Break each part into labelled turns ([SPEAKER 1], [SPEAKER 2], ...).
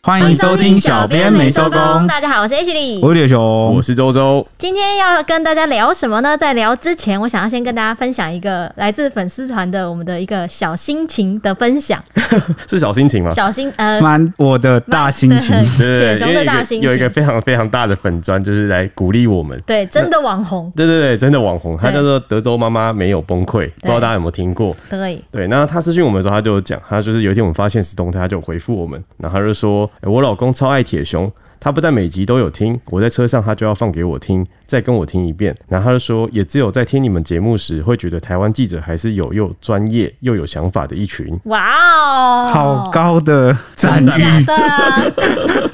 [SPEAKER 1] 欢迎收听《小编没收工》，
[SPEAKER 2] 大家好，我是 H 李。
[SPEAKER 1] 我是铁熊，
[SPEAKER 3] 哦我是周周，
[SPEAKER 2] 今天要跟大家聊什么呢？在聊之前，我想要先跟大家分享一个来自粉丝团的我们的一个小心情的分享。
[SPEAKER 1] 啊
[SPEAKER 3] 是小心情吗？
[SPEAKER 2] 小心呃，
[SPEAKER 1] 蛮我的大心情，
[SPEAKER 3] 对
[SPEAKER 2] 铁
[SPEAKER 3] 对
[SPEAKER 2] 熊
[SPEAKER 3] 对，因
[SPEAKER 2] 的
[SPEAKER 3] 为有
[SPEAKER 2] 大
[SPEAKER 3] 一个
[SPEAKER 2] 心
[SPEAKER 3] 有一个
[SPEAKER 2] 情。
[SPEAKER 3] 非常非常大的粉砖，就是来鼓励我们。
[SPEAKER 2] 对，真的网红，
[SPEAKER 3] 对对对，真的网红，他
[SPEAKER 2] 对
[SPEAKER 3] 叫做德州妈妈没有崩溃，不知道大家有没有听过？
[SPEAKER 2] 对，
[SPEAKER 3] 对，那他私讯我们的时候，他就有讲，他就是有一天我们发现实动态，他就有回复我们，然后他就说、诶我老公超爱铁熊，他不但每集都有听，我在车上他就要放给我听，再跟我听一遍。然后他就说，也只有在听你们节目时，会觉得台湾记者还是有又专业又有想法的一群。
[SPEAKER 2] 哇哦，
[SPEAKER 1] 好高的赞
[SPEAKER 3] 赞
[SPEAKER 1] 誉，
[SPEAKER 2] 对啊，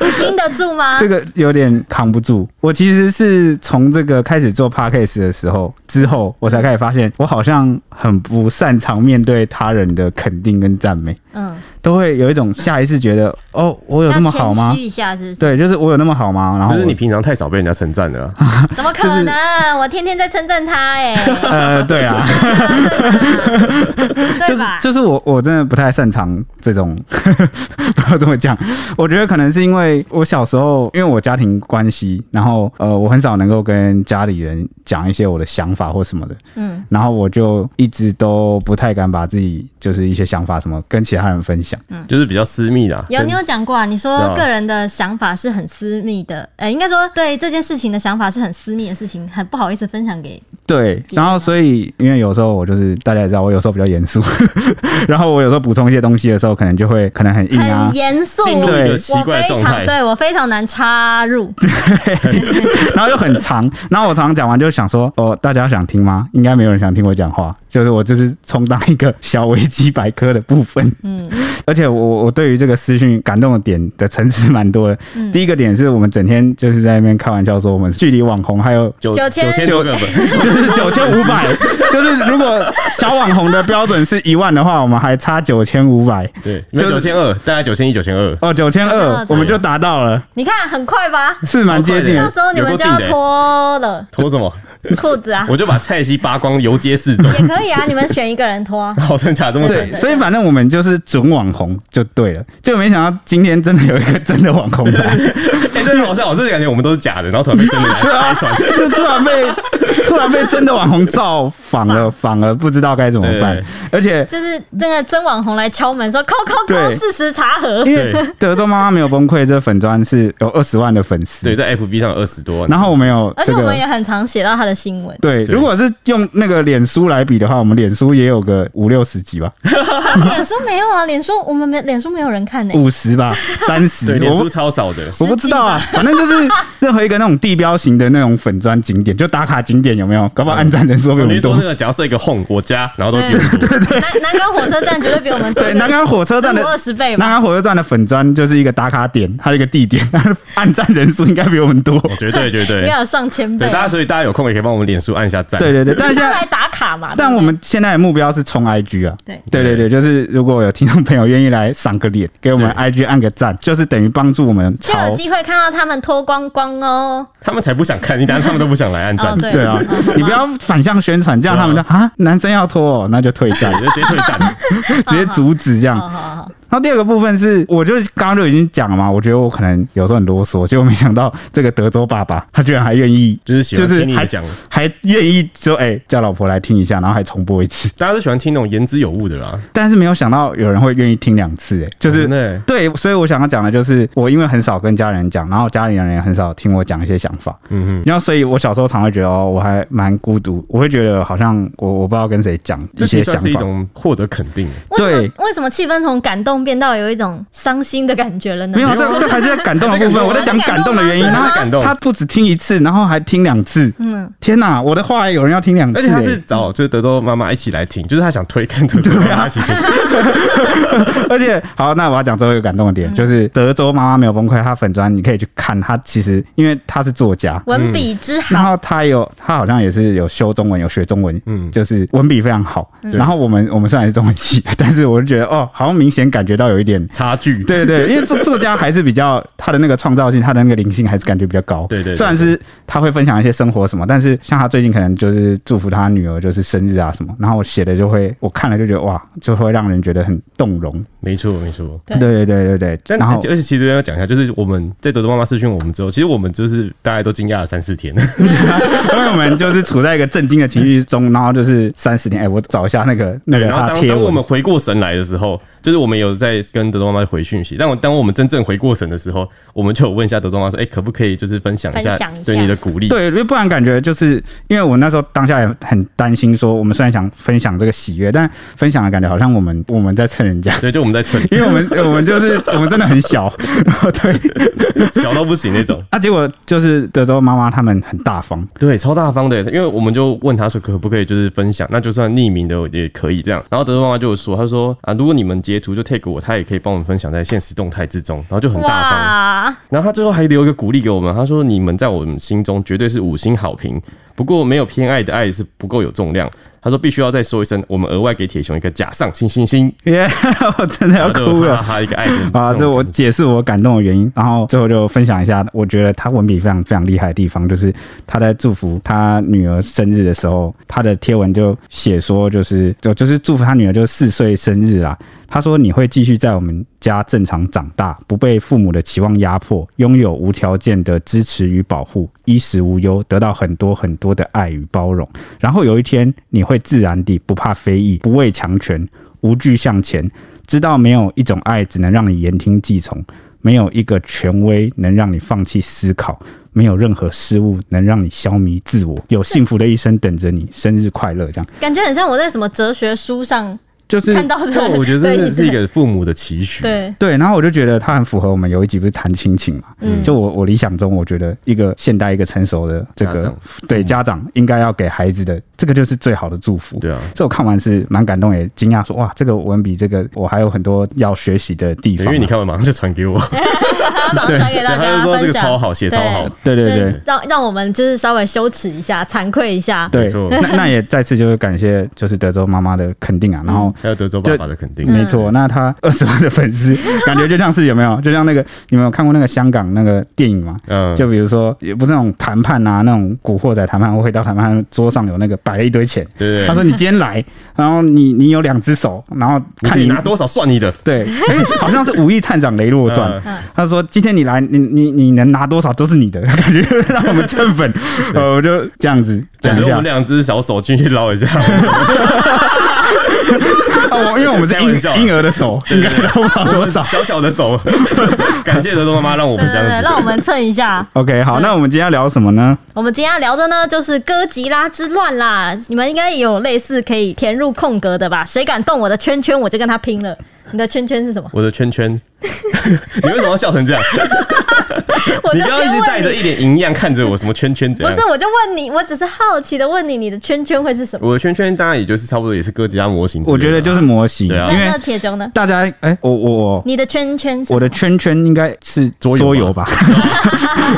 [SPEAKER 2] 你经得住 吗？
[SPEAKER 1] 这个有点扛不住。我其实是从这个开始做 podcast 的时候之后，我才开始发现，我好像很不擅长面对他人的肯定跟赞美，
[SPEAKER 2] 嗯，
[SPEAKER 1] 都会有一种下意识觉得，哦，我有
[SPEAKER 2] 要
[SPEAKER 1] 那么好吗
[SPEAKER 2] 谦虚？一下是不是？
[SPEAKER 1] 对， 就是我有那么好吗？
[SPEAKER 2] 啊
[SPEAKER 1] 然后
[SPEAKER 3] 就是
[SPEAKER 1] 我
[SPEAKER 3] 你平常太少被人家称赞了啊、
[SPEAKER 2] 怎么
[SPEAKER 1] 就
[SPEAKER 2] 可
[SPEAKER 1] 是
[SPEAKER 2] 能？我天天在称赞他，哎，
[SPEAKER 1] 呃，对啊，就
[SPEAKER 2] 对
[SPEAKER 1] 是
[SPEAKER 2] 吧？
[SPEAKER 1] 就是我我真的不太擅长这种， 不要这么讲。我觉得可能是因为我小时候，因为我家庭关系，然后呃，我很少能够跟家里人讲一些我的想法或什么的，
[SPEAKER 2] 嗯
[SPEAKER 1] 然后我就一直都不太敢把自己就是一些想法什么跟其他人分享。
[SPEAKER 2] 嗯
[SPEAKER 3] 就是比较私密的啊、
[SPEAKER 2] 有
[SPEAKER 3] 跟
[SPEAKER 2] 你有讲过啊？你
[SPEAKER 3] 对
[SPEAKER 2] 说
[SPEAKER 3] 啊
[SPEAKER 2] 个人的想法是很私密的，呃，应该说对这件事情的想法是很私密的事情，很不好意思分享给。
[SPEAKER 1] 对，然后所以因为有时候我就是大家也知道，我有时候比较严肃， 然后我有时候补充一些东西的时候，可能就会可能很硬啊
[SPEAKER 2] 很，严肃，
[SPEAKER 3] 进
[SPEAKER 1] 一
[SPEAKER 3] 入个
[SPEAKER 2] 我
[SPEAKER 3] 奇怪的
[SPEAKER 2] 非
[SPEAKER 3] 状
[SPEAKER 2] 常
[SPEAKER 3] 态
[SPEAKER 2] 对我非常难插入，
[SPEAKER 1] 然后又很长，然后我常常讲完就想说，哦，大家想听吗？应该没有人想听我讲话，就是我就是充当一个小维基百科的部分。
[SPEAKER 2] 嗯，
[SPEAKER 1] 而且我我对于这个私讯感动的点的层次蛮多的。
[SPEAKER 2] 嗯
[SPEAKER 1] 第一个点是我们整天就是在那边开玩笑说，我们距离网红还有
[SPEAKER 3] 九
[SPEAKER 2] 九千
[SPEAKER 3] 千多个粉，
[SPEAKER 1] 就是九千五百，就是如果小网红的标准是一万的话，我们还差九千五百
[SPEAKER 3] 对，
[SPEAKER 1] 就
[SPEAKER 3] 没
[SPEAKER 1] 是
[SPEAKER 3] 九千二，大概九千一、九千二。
[SPEAKER 1] 哦，九千二
[SPEAKER 2] 9200
[SPEAKER 1] 我们就达到了，
[SPEAKER 2] 你看很快吧？
[SPEAKER 1] 是蛮接近
[SPEAKER 2] 到
[SPEAKER 1] 的。
[SPEAKER 2] 时候你们就要脱了
[SPEAKER 3] 拖什么？
[SPEAKER 2] 裤子 啊，
[SPEAKER 3] 我就把蔡西扒光，游街四周。
[SPEAKER 2] 也可以啊，你们选一个人脱。
[SPEAKER 3] 好，真假这么惨
[SPEAKER 1] 对，？所以反正我们就是准网红就对了，就没想到今天真的有一个真的网红来，
[SPEAKER 3] 哎，真的好像我真的感觉我们都是假的，然后突然被真的来拆穿。
[SPEAKER 1] 就突然被突然被真的网红造访了，反而不知道该怎么办
[SPEAKER 3] 对，
[SPEAKER 1] 而且。
[SPEAKER 2] 就是那个真网红来敲门说：“扣扣扣，
[SPEAKER 1] 对
[SPEAKER 2] 事实查核。
[SPEAKER 1] 因为德州妈妈没有崩溃，这粉砖是有二十万的粉丝。
[SPEAKER 3] 对，在 FB 上有二十多万，
[SPEAKER 1] 然后我们有”
[SPEAKER 2] 而且
[SPEAKER 1] 这
[SPEAKER 2] 我
[SPEAKER 1] 个
[SPEAKER 2] 们也很常写到他的新闻，
[SPEAKER 1] 对，
[SPEAKER 3] 对
[SPEAKER 1] 如果是用那个脸书来比的话，我们脸书也有个五六十集吧，
[SPEAKER 3] 哎
[SPEAKER 2] 啊脸书没有啊，脸书我们没脸书没有人看呢、
[SPEAKER 1] 五十 吧，三
[SPEAKER 3] 对
[SPEAKER 1] 十，
[SPEAKER 3] 脸
[SPEAKER 1] 我
[SPEAKER 3] 书
[SPEAKER 1] 不
[SPEAKER 3] 超少的，
[SPEAKER 1] 我不知道啊，反正就是任何一个那种地标型的那种粉砖景点，就打卡景点有没有？搞不好按赞人数比我
[SPEAKER 3] 哦你
[SPEAKER 1] 们
[SPEAKER 3] 是说
[SPEAKER 1] 多
[SPEAKER 3] 那。个假设一个 home 我家，然后都比
[SPEAKER 2] 嗯
[SPEAKER 3] 我多，
[SPEAKER 2] 南南港火车站绝对比我们多
[SPEAKER 1] 对，南港火车站的
[SPEAKER 2] 二十倍
[SPEAKER 1] 南
[SPEAKER 2] 吧，
[SPEAKER 1] 港火车站的粉砖就是一个打卡点，它的一个地点，它的按赞人数应该比我们 多。
[SPEAKER 3] 绝对绝
[SPEAKER 2] 应
[SPEAKER 3] 对
[SPEAKER 2] 该。有上千倍
[SPEAKER 3] 对，。大家所以大家有空也可以帮我们脸书按一下赞。
[SPEAKER 1] 对，对对，但是
[SPEAKER 2] 大
[SPEAKER 1] 现
[SPEAKER 2] 家
[SPEAKER 1] 在
[SPEAKER 2] 来打卡嘛，对
[SPEAKER 1] 但
[SPEAKER 2] 不对
[SPEAKER 1] 我们现在的目标是冲 IG 啊。
[SPEAKER 2] 对
[SPEAKER 1] 对对对，就是如果有听众朋友愿意来赏个脸，给我们 IG 按个赞，就是等于帮助我们
[SPEAKER 2] 就有
[SPEAKER 1] 朝。
[SPEAKER 2] 机会看到他们脱光光哦。
[SPEAKER 3] 他们才不想看，你等下他们都不想来按赞
[SPEAKER 2] 哦，，对
[SPEAKER 1] 对 啊，你不要反向宣传，这样他们就啊，男生要脱哦，那就退战
[SPEAKER 3] 对，，就直接退赞。
[SPEAKER 1] 直接阻止这样。
[SPEAKER 2] 好好好，
[SPEAKER 1] 然后第二个部分是，我就刚刚就已经讲了嘛，我觉得我可能有时候很啰嗦，结果没想到这个德州爸爸他居然还愿意，
[SPEAKER 3] 就是喜欢听你讲
[SPEAKER 1] 就是还还愿意说，哎、叫老婆来听一下，然后还重播一次。
[SPEAKER 3] 大家都喜欢听那种言之有物的啦。
[SPEAKER 1] 但是没有想到有人会愿意听两次、哎，就是
[SPEAKER 3] 真的欸
[SPEAKER 1] 对，所以我想要讲的就是，我因为很少跟家人讲，然后家里人也很少听我讲一些想法，
[SPEAKER 3] 嗯
[SPEAKER 1] 然后所以我小时候常会觉得哦，我还蛮孤独，我会觉得好像我我不知道跟谁讲
[SPEAKER 3] 哼，这
[SPEAKER 1] 一
[SPEAKER 3] 其
[SPEAKER 1] 些
[SPEAKER 3] 实
[SPEAKER 1] 想
[SPEAKER 3] 算
[SPEAKER 1] 法，
[SPEAKER 3] 是一种获得肯定。
[SPEAKER 2] 哦为什
[SPEAKER 1] 对
[SPEAKER 2] 么为什么气氛从感动变到有一种伤心的感觉了呢？
[SPEAKER 1] 没有，
[SPEAKER 3] 啊
[SPEAKER 1] 这这还是在感动的部分，我在讲感动的原因。
[SPEAKER 2] 还在
[SPEAKER 1] 然
[SPEAKER 2] 感
[SPEAKER 1] 后
[SPEAKER 2] 动吗
[SPEAKER 3] 真的吗
[SPEAKER 1] 他不止听一次，然后还听两次。
[SPEAKER 2] 嗯，
[SPEAKER 1] 天哪，我的话有人要听两次、
[SPEAKER 3] 而
[SPEAKER 1] 欸，啊
[SPEAKER 3] 且他是找就是德州妈妈一起来听，就是他想推看 德州妈妈一起听。
[SPEAKER 1] 而且好，那我要讲最后一个感动的点，就是德州妈妈没有崩溃，她粉砖你可以去看，她其实因为她是作家。
[SPEAKER 2] 文笔之好，
[SPEAKER 1] 然后她有，她好像也是有修中文，有学中文，嗯，
[SPEAKER 3] 嗯
[SPEAKER 1] 就是文笔非常好。
[SPEAKER 3] 对
[SPEAKER 1] 然后我们我们虽然是中文系，但是我就觉得哦，好像明显感觉觉到有一点。
[SPEAKER 3] 差距，
[SPEAKER 1] 对对，对因为作作家还是比较他的那个创造性，他的那个灵性还是感觉比较高。
[SPEAKER 3] 对对对
[SPEAKER 1] 虽然是他会分享一些生活什么，但是像他最近可能就是祝福他女儿就是生日啊什么，然后我写的就会我看了就觉得哇，就会让人觉得很动容。
[SPEAKER 3] 没错没错。
[SPEAKER 2] 对
[SPEAKER 1] 对对对对对，
[SPEAKER 3] 但
[SPEAKER 1] 然
[SPEAKER 3] 而
[SPEAKER 1] 后
[SPEAKER 3] 且其实要讲一下，就是我们在德德妈妈私讯我们之后，其实我们就是大家都惊讶了三四天，
[SPEAKER 1] 因为我们就是处在一个震惊的情绪中，然后就是三十天，哎、我找一下那个那个
[SPEAKER 3] 然后
[SPEAKER 1] 他
[SPEAKER 3] 当
[SPEAKER 1] 贴
[SPEAKER 3] 当我们
[SPEAKER 1] 文，
[SPEAKER 3] 回过神来的时候，就是我们有在跟德州妈妈回讯息，但我当我们真正回过神的时候，我们就有问一下德州妈妈说：“哎、可不可以就是分享一下
[SPEAKER 2] 分享一下
[SPEAKER 3] 对你的鼓励？”
[SPEAKER 1] 对，因为不然感觉就是因为我那时候当下也很担心，说我们虽然想分享这个喜悦，但分享的感觉好像我们我们在蹭人家。
[SPEAKER 3] 所以就我们在蹭
[SPEAKER 1] 因为我们我们就是我们真的很小，然后 对，
[SPEAKER 3] 小到不行那种，
[SPEAKER 1] 啊，结果就是德州妈妈他们很大 方，
[SPEAKER 3] 对，超大方的。因为我们就问他说可不可以就是分享，那就算匿名的也可以这样。然后德州妈妈就有说，她说啊，如果你们截图就 take 我，她也可以帮我们分享在现实动态之中，然后就嗯很大方。
[SPEAKER 2] 哇，
[SPEAKER 3] 然后他最后还留一个鼓励给我们，他说：“你们在我们心中绝对是五星好评，不过没有偏爱的爱是不够有重量。”他说：“必须要再说一声，我们额外给铁熊一个假上星星星。
[SPEAKER 1] 耶、我真的”要
[SPEAKER 3] 然后就
[SPEAKER 1] 哭
[SPEAKER 3] 哈
[SPEAKER 1] 了。
[SPEAKER 3] 哈一个爱的
[SPEAKER 1] 啊，这我 解释我感动的原因，然后最后就分享一下，我觉得他文笔非常非常厉害的地方，就是他在祝福他女儿生日的时候，他的贴文就写说，就是就就是祝福他女儿就是四岁生日啦。他说你会继续在我们家正常长大，不被父母的期望压迫，拥有无条件的支持与保护，衣食无忧，得到很多很多的爱与包容。然后有一天，你会自然地不怕非议，不畏强权，无惧向前，知道没有一种爱只能让你言听计从，没有一个权威能让你放弃思考，没有任何事物能让你消弭自我。有幸福的一生等着你，生日快乐！这样
[SPEAKER 2] 感觉很像我在什么哲学书上
[SPEAKER 1] 就是
[SPEAKER 2] 看到的。
[SPEAKER 3] 我觉得
[SPEAKER 2] 对
[SPEAKER 3] 这是一个父母的期许。，
[SPEAKER 2] 对，
[SPEAKER 1] 对，然后我就觉得他很符合我们有一集不是谈亲情嘛，
[SPEAKER 2] 嗯
[SPEAKER 1] 就我我理想中，我觉得一个现代一个成熟的这
[SPEAKER 3] 家
[SPEAKER 1] 个
[SPEAKER 3] 长
[SPEAKER 1] 对家长应该要给孩子的，这个就是最好的祝福。
[SPEAKER 3] 对啊，
[SPEAKER 1] 这我看完是蛮感动，也惊讶说哇，这个文笔，这个我还有很多要学习的地方
[SPEAKER 3] 对
[SPEAKER 1] 啊。
[SPEAKER 3] 因为你看完马上就传给我，
[SPEAKER 2] 他马上传给大
[SPEAKER 3] 对他
[SPEAKER 2] 家
[SPEAKER 3] 就说这
[SPEAKER 2] 分
[SPEAKER 3] 个
[SPEAKER 2] 享，
[SPEAKER 3] 超好，写超好，
[SPEAKER 1] 对对
[SPEAKER 2] 就是
[SPEAKER 1] 对
[SPEAKER 2] 让让我们就是稍微羞耻一下，惭愧一下。
[SPEAKER 1] 对
[SPEAKER 3] 没错，
[SPEAKER 1] 那那也再次就是感谢就是德州妈妈的肯定啊，然后。
[SPEAKER 3] 还有德州爸爸的肯定。
[SPEAKER 1] 没错，那他二十万的粉 丝，感觉就像是有没有？就像那个，你们有看过那个香港那个电影吗？
[SPEAKER 3] 嗯，
[SPEAKER 1] 就比如说，也不是那种谈判啊，那种古惑仔谈判会到谈判桌上有那个摆了一堆钱，
[SPEAKER 3] 对对
[SPEAKER 1] 他
[SPEAKER 3] 对，
[SPEAKER 1] 说你今天来，然后你你有两只手，然后看
[SPEAKER 3] 看你
[SPEAKER 1] 你
[SPEAKER 3] 拿多少算你的。
[SPEAKER 1] 对，哎好像是《武义探长雷洛传》
[SPEAKER 3] 嗯
[SPEAKER 1] 他说：“今天你来，你你你能拿多少都是你的，感觉让我们振 奋。”呃，我就这样子
[SPEAKER 3] 讲
[SPEAKER 1] 讲一
[SPEAKER 3] 我
[SPEAKER 1] 下
[SPEAKER 3] 们。两只小手进去 捞一下，
[SPEAKER 1] 啊， 我因为我们是
[SPEAKER 3] 开玩笑啊
[SPEAKER 1] 婴婴儿的手， 应该捞不了多少。
[SPEAKER 3] 小小的 手，感谢德州妈妈让我
[SPEAKER 2] 对
[SPEAKER 3] 们这
[SPEAKER 2] 对对，
[SPEAKER 3] 样子
[SPEAKER 2] 让。我们蹭一下。
[SPEAKER 1] OK，好，那我们今天要聊什么 呢？
[SPEAKER 2] 我们今天要聊的呢，就是哥吉拉之乱啦。你们应该也有类似可以填入空格的吧？谁敢动我的圈圈，我就跟他拼了。你的圈圈是什 么？
[SPEAKER 3] 我的圈 圈，你为什么要笑成这样？
[SPEAKER 2] 我
[SPEAKER 3] 你
[SPEAKER 2] 就
[SPEAKER 3] 不要一
[SPEAKER 2] 先
[SPEAKER 3] 直带
[SPEAKER 2] 问
[SPEAKER 3] 着
[SPEAKER 2] 你，
[SPEAKER 3] 一脸淫样看着我，什么圈圈怎
[SPEAKER 2] 不
[SPEAKER 3] 样
[SPEAKER 2] 是，？我就问你，我只是好奇的问你，你的圈圈会是什么？
[SPEAKER 3] 我的圈圈当然也就是差不多也是哥吉拉模型之类的啊，
[SPEAKER 1] 我觉得就是模型，
[SPEAKER 3] 对啊
[SPEAKER 2] 那
[SPEAKER 1] 因为
[SPEAKER 2] 那铁熊呢？
[SPEAKER 1] 大家哎，我我我
[SPEAKER 2] 你的圈圈是什么
[SPEAKER 1] 我的圈圈应该是
[SPEAKER 3] 桌游吧
[SPEAKER 1] 桌游 吧，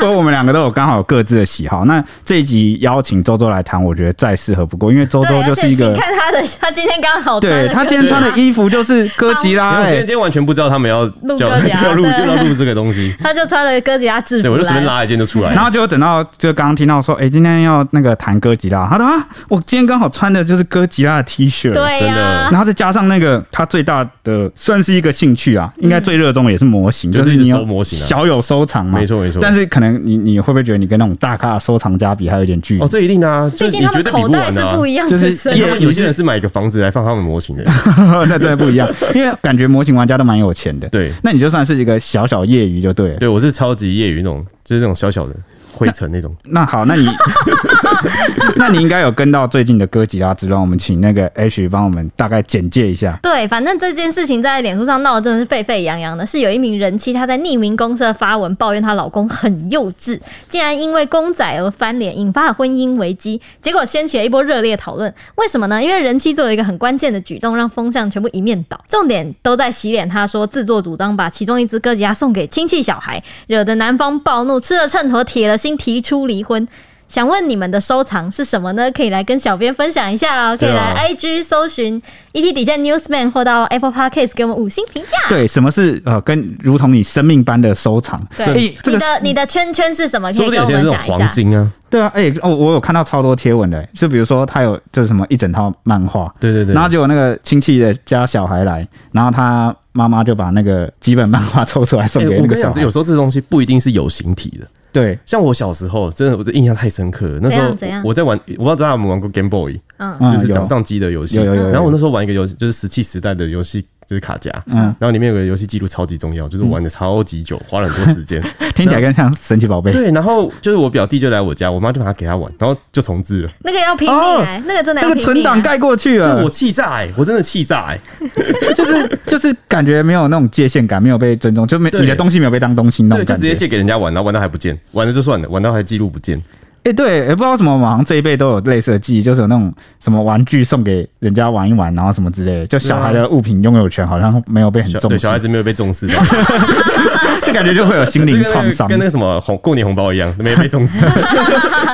[SPEAKER 1] 因为我们两个都有刚好有各自的喜好。那这一集邀请周周来谈，我觉得再适合不过，因为周
[SPEAKER 2] 对，
[SPEAKER 1] 周
[SPEAKER 2] 而
[SPEAKER 1] 就
[SPEAKER 2] 且
[SPEAKER 1] 是一个
[SPEAKER 2] 请看他的，他今天刚好穿了
[SPEAKER 1] 对
[SPEAKER 2] 个啊
[SPEAKER 1] 他今天穿的衣服就是哥吉
[SPEAKER 3] 因
[SPEAKER 1] 拉
[SPEAKER 3] 为我今天
[SPEAKER 1] 哎
[SPEAKER 3] 今。天完全不知道他们要叫
[SPEAKER 2] 哥吉拉
[SPEAKER 3] 要录
[SPEAKER 2] 对
[SPEAKER 3] 要录这个东西，
[SPEAKER 2] 他就穿了哥吉拉制服
[SPEAKER 3] 对
[SPEAKER 2] 来，
[SPEAKER 3] 我就随便拉一件就出来
[SPEAKER 1] 然
[SPEAKER 3] 了。
[SPEAKER 1] 后就等到就刚刚听到说，哎、今天要那个谈哥吉拉，他说啊，我今天刚好穿的就是哥吉拉的 T 恤，
[SPEAKER 2] 对
[SPEAKER 3] 真
[SPEAKER 2] 呀、
[SPEAKER 3] 的
[SPEAKER 1] 然后再加上那个他最大的算是一个兴趣啊，应该最热衷的也是模型，
[SPEAKER 3] 嗯就是
[SPEAKER 1] 是
[SPEAKER 3] 一直
[SPEAKER 1] 你
[SPEAKER 3] 收
[SPEAKER 1] 有
[SPEAKER 3] 模型啊
[SPEAKER 1] 小有收藏嘛，
[SPEAKER 3] 没错没错
[SPEAKER 1] 但是可能你你会不会觉得你跟那种大咖的收藏家比还有一点距离？
[SPEAKER 3] 哦，这一定的啊，就是
[SPEAKER 2] 毕竟
[SPEAKER 3] 你
[SPEAKER 2] 他
[SPEAKER 3] 绝
[SPEAKER 2] 们
[SPEAKER 3] 对比
[SPEAKER 2] 口
[SPEAKER 3] 不
[SPEAKER 2] 袋
[SPEAKER 3] 完
[SPEAKER 2] 是
[SPEAKER 3] 的啊
[SPEAKER 2] 不。一样的，
[SPEAKER 1] 就是
[SPEAKER 2] 所以
[SPEAKER 1] 一
[SPEAKER 3] 因为有些人是买一个房子来放他们模型的，
[SPEAKER 1] 那真的不一样，因为感觉模型玩家都蛮有钱的。
[SPEAKER 3] 对
[SPEAKER 1] 那你就算是一个小小业余就对了。
[SPEAKER 3] 对，我是超级业余那种，就是那种小小的灰尘那种。
[SPEAKER 1] 那好，那 你 那你应该有跟到最近的哥吉拉之乱，我们请那个 H 帮我们大概简介一下。
[SPEAKER 2] 对，反正这件事情在脸书上闹得真的是沸沸扬扬的。是有一名人妻，她在匿名公社发文抱怨她老公很幼稚，竟然因为公仔而翻脸，引发了婚姻危机，结果掀起了一波热烈讨论。为什么呢？因为人妻做了一个很关键的举动，让风向全部一面倒，重点都在洗脸。她说自作主张把其中一只哥啊吉拉送给亲戚小孩，惹得男方暴怒，吃了秤砣铁了心提出离婚。想问你们的收藏是什么呢？可以来跟小编分享一下哦，可以
[SPEAKER 3] 对啊
[SPEAKER 2] 来 IG 搜寻 ET 底线 Newsman 或到 Apple Podcast 给我们五星评价。
[SPEAKER 1] 对，什么是呃，跟如同你生命般的收藏？
[SPEAKER 2] 对
[SPEAKER 1] 哎这
[SPEAKER 2] 你
[SPEAKER 1] 个
[SPEAKER 2] 的你的圈圈是什么？可
[SPEAKER 3] 说
[SPEAKER 2] 以
[SPEAKER 3] 不定
[SPEAKER 2] 跟
[SPEAKER 3] 有
[SPEAKER 2] 我们
[SPEAKER 3] 些人是
[SPEAKER 2] 讲一
[SPEAKER 3] 黄
[SPEAKER 2] 下。
[SPEAKER 3] 金啊，
[SPEAKER 1] 对啊，哎、哦，我有看到超多贴文的、就比如说他有就是什么一整套漫画，
[SPEAKER 3] 对对对，
[SPEAKER 1] 然后结果那个亲戚的家小孩来，然后他妈妈就把那个几本漫画抽出来送
[SPEAKER 3] 哎
[SPEAKER 1] 给那
[SPEAKER 3] 我跟
[SPEAKER 1] 个
[SPEAKER 3] 你
[SPEAKER 1] 小
[SPEAKER 3] 讲，
[SPEAKER 1] 孩。
[SPEAKER 3] 这有时候这东西不一定是有形体的。
[SPEAKER 1] 对，
[SPEAKER 3] 像我小时候，真的我的印象太深刻了。那时候
[SPEAKER 2] 怎样
[SPEAKER 3] 我在玩，我不知道大家有没有玩过 Game Boy，
[SPEAKER 2] 嗯，
[SPEAKER 1] 嗯
[SPEAKER 3] 就是掌上机的游戏。
[SPEAKER 1] 有有有有
[SPEAKER 3] 然后我那时候玩一个游戏，就是石器时代的游戏，就是卡夹。
[SPEAKER 1] 嗯
[SPEAKER 3] 然后里面有个游戏记录超级重要，就是我玩的超级久，花了很多时间。
[SPEAKER 1] 听起来更像神奇宝贝。
[SPEAKER 3] 对，然后就是我表弟就来我家，我妈就把他给他玩，然后就重置了。
[SPEAKER 2] 那个要拼命
[SPEAKER 1] 哦
[SPEAKER 2] 哎、那个真的
[SPEAKER 1] 那
[SPEAKER 2] 要
[SPEAKER 1] 个啊
[SPEAKER 2] 拼
[SPEAKER 1] 存
[SPEAKER 2] 命、
[SPEAKER 1] 档
[SPEAKER 2] 欸。
[SPEAKER 1] 盖过去
[SPEAKER 3] 对
[SPEAKER 1] 了，
[SPEAKER 3] 我气炸哎、我真的气炸哎、
[SPEAKER 1] 就是就是感觉没有那种界限感，没有被尊重，就没
[SPEAKER 3] 对
[SPEAKER 1] 你的东西没有被当东西那种
[SPEAKER 3] 对，就
[SPEAKER 1] 感
[SPEAKER 3] 直接
[SPEAKER 1] 觉。
[SPEAKER 3] 借给人家玩，然后玩到还不见，玩了就算了，玩到还记录不见。
[SPEAKER 1] 哎、对，也、不知道为什么，我们好像这一辈都有类似的记忆，就是有那种什么玩具送给人家玩一玩，然后什么之类的，就小孩的物品拥有权好像没有被很
[SPEAKER 3] 小
[SPEAKER 1] 重
[SPEAKER 3] 啊对
[SPEAKER 1] 视，
[SPEAKER 3] 小孩子没有被 重视到，
[SPEAKER 1] 就感觉就会有心灵创伤，
[SPEAKER 3] 跟那个什么红过年红包一样，没被 重视。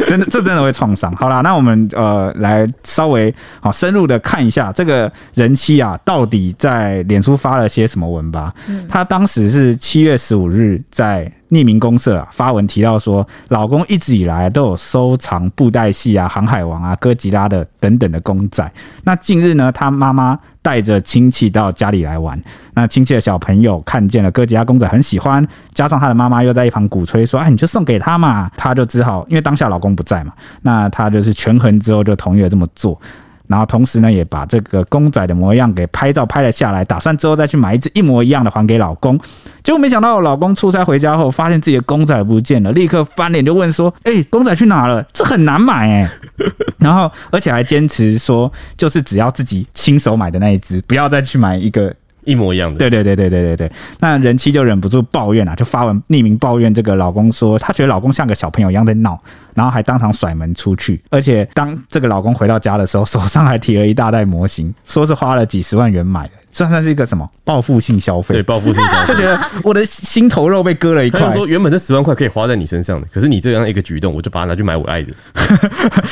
[SPEAKER 1] 真的这真的会创伤。好啦，那我们呃来稍微好深入的看一下这个人妻啊，到底在脸书发了些什么文吧。
[SPEAKER 3] 嗯
[SPEAKER 1] 她当时是七月十五日在匿名公社啊发文提到说，老公一直以来都有收藏布袋戏啊、航海王啊、哥吉拉的等等的公仔。那近日呢，她妈妈带着亲戚到家里来玩，那亲戚的小朋友看见了哥吉拉公仔，很喜欢，加上他的妈妈又在一旁鼓吹说：“哎，你就送给他嘛。”他就只好，因为当下老公不在嘛，那他就是权衡之后就同意了这么做。然后同时呢，也把这个公仔的模样给拍照拍了下来，打算之后再去买一只一模一样的还给老公。结果没想到，老公出差回家后，发现自己的公仔不见了，立刻翻脸就问说：“哎、公仔去哪了？这很难买哎、然后而且还坚持说，就是只要自己亲手买的那一只，不要再去买一个
[SPEAKER 3] 一模一样的。
[SPEAKER 1] 对对对对对对对，那人妻就忍不住抱怨啊，就发文匿名抱怨这个老公说，她觉得老公像个小朋友一样在闹，然后还当场甩门出去。而且当这个老公回到家的时候，手上还提了一大袋模型， 说是花了几十万元买的，算算是一个什么报复性消
[SPEAKER 3] 对，
[SPEAKER 1] 费。
[SPEAKER 3] 报复性 消
[SPEAKER 1] 就
[SPEAKER 3] 费。
[SPEAKER 1] 觉得我的心头肉被割了一
[SPEAKER 3] 他
[SPEAKER 1] 块
[SPEAKER 3] 就，说，原本这十万块可以花在你身上的，可是你这样一个举动，我就把它拿去买我爱的，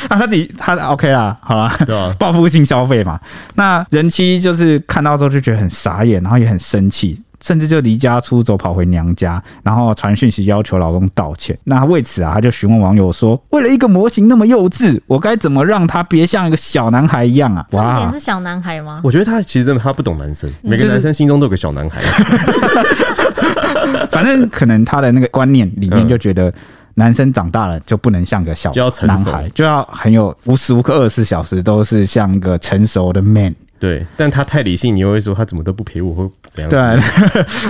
[SPEAKER 1] 啊，他自己他 OK 啦，好啦，
[SPEAKER 3] 对 吧、
[SPEAKER 1] 报复性消费嘛。那人妻就是看到之后就觉得很傻眼，然后也很生气，甚至就离家出走跑回娘家，然后传讯息要求老公道歉。那她为此啊，她就询问网友说：“为了一个模型那么幼稚，我该怎么让他别像一个小男孩一样啊？”
[SPEAKER 2] 重点是小男孩吗？
[SPEAKER 3] 我觉得他其实真的他不懂男生，每个
[SPEAKER 1] 就是
[SPEAKER 3] 男生心中都有个小男孩，
[SPEAKER 1] 反正可能他的那个观念里面就觉得。男生长大了就不能像个小
[SPEAKER 3] 嗯就要成
[SPEAKER 1] 男
[SPEAKER 3] 熟
[SPEAKER 1] 孩，就要很有无时无刻二十四小时都是像个成熟的 man。
[SPEAKER 3] 对，但他太理性，你又会说他怎么都不陪我，或怎样？
[SPEAKER 1] 对，啊，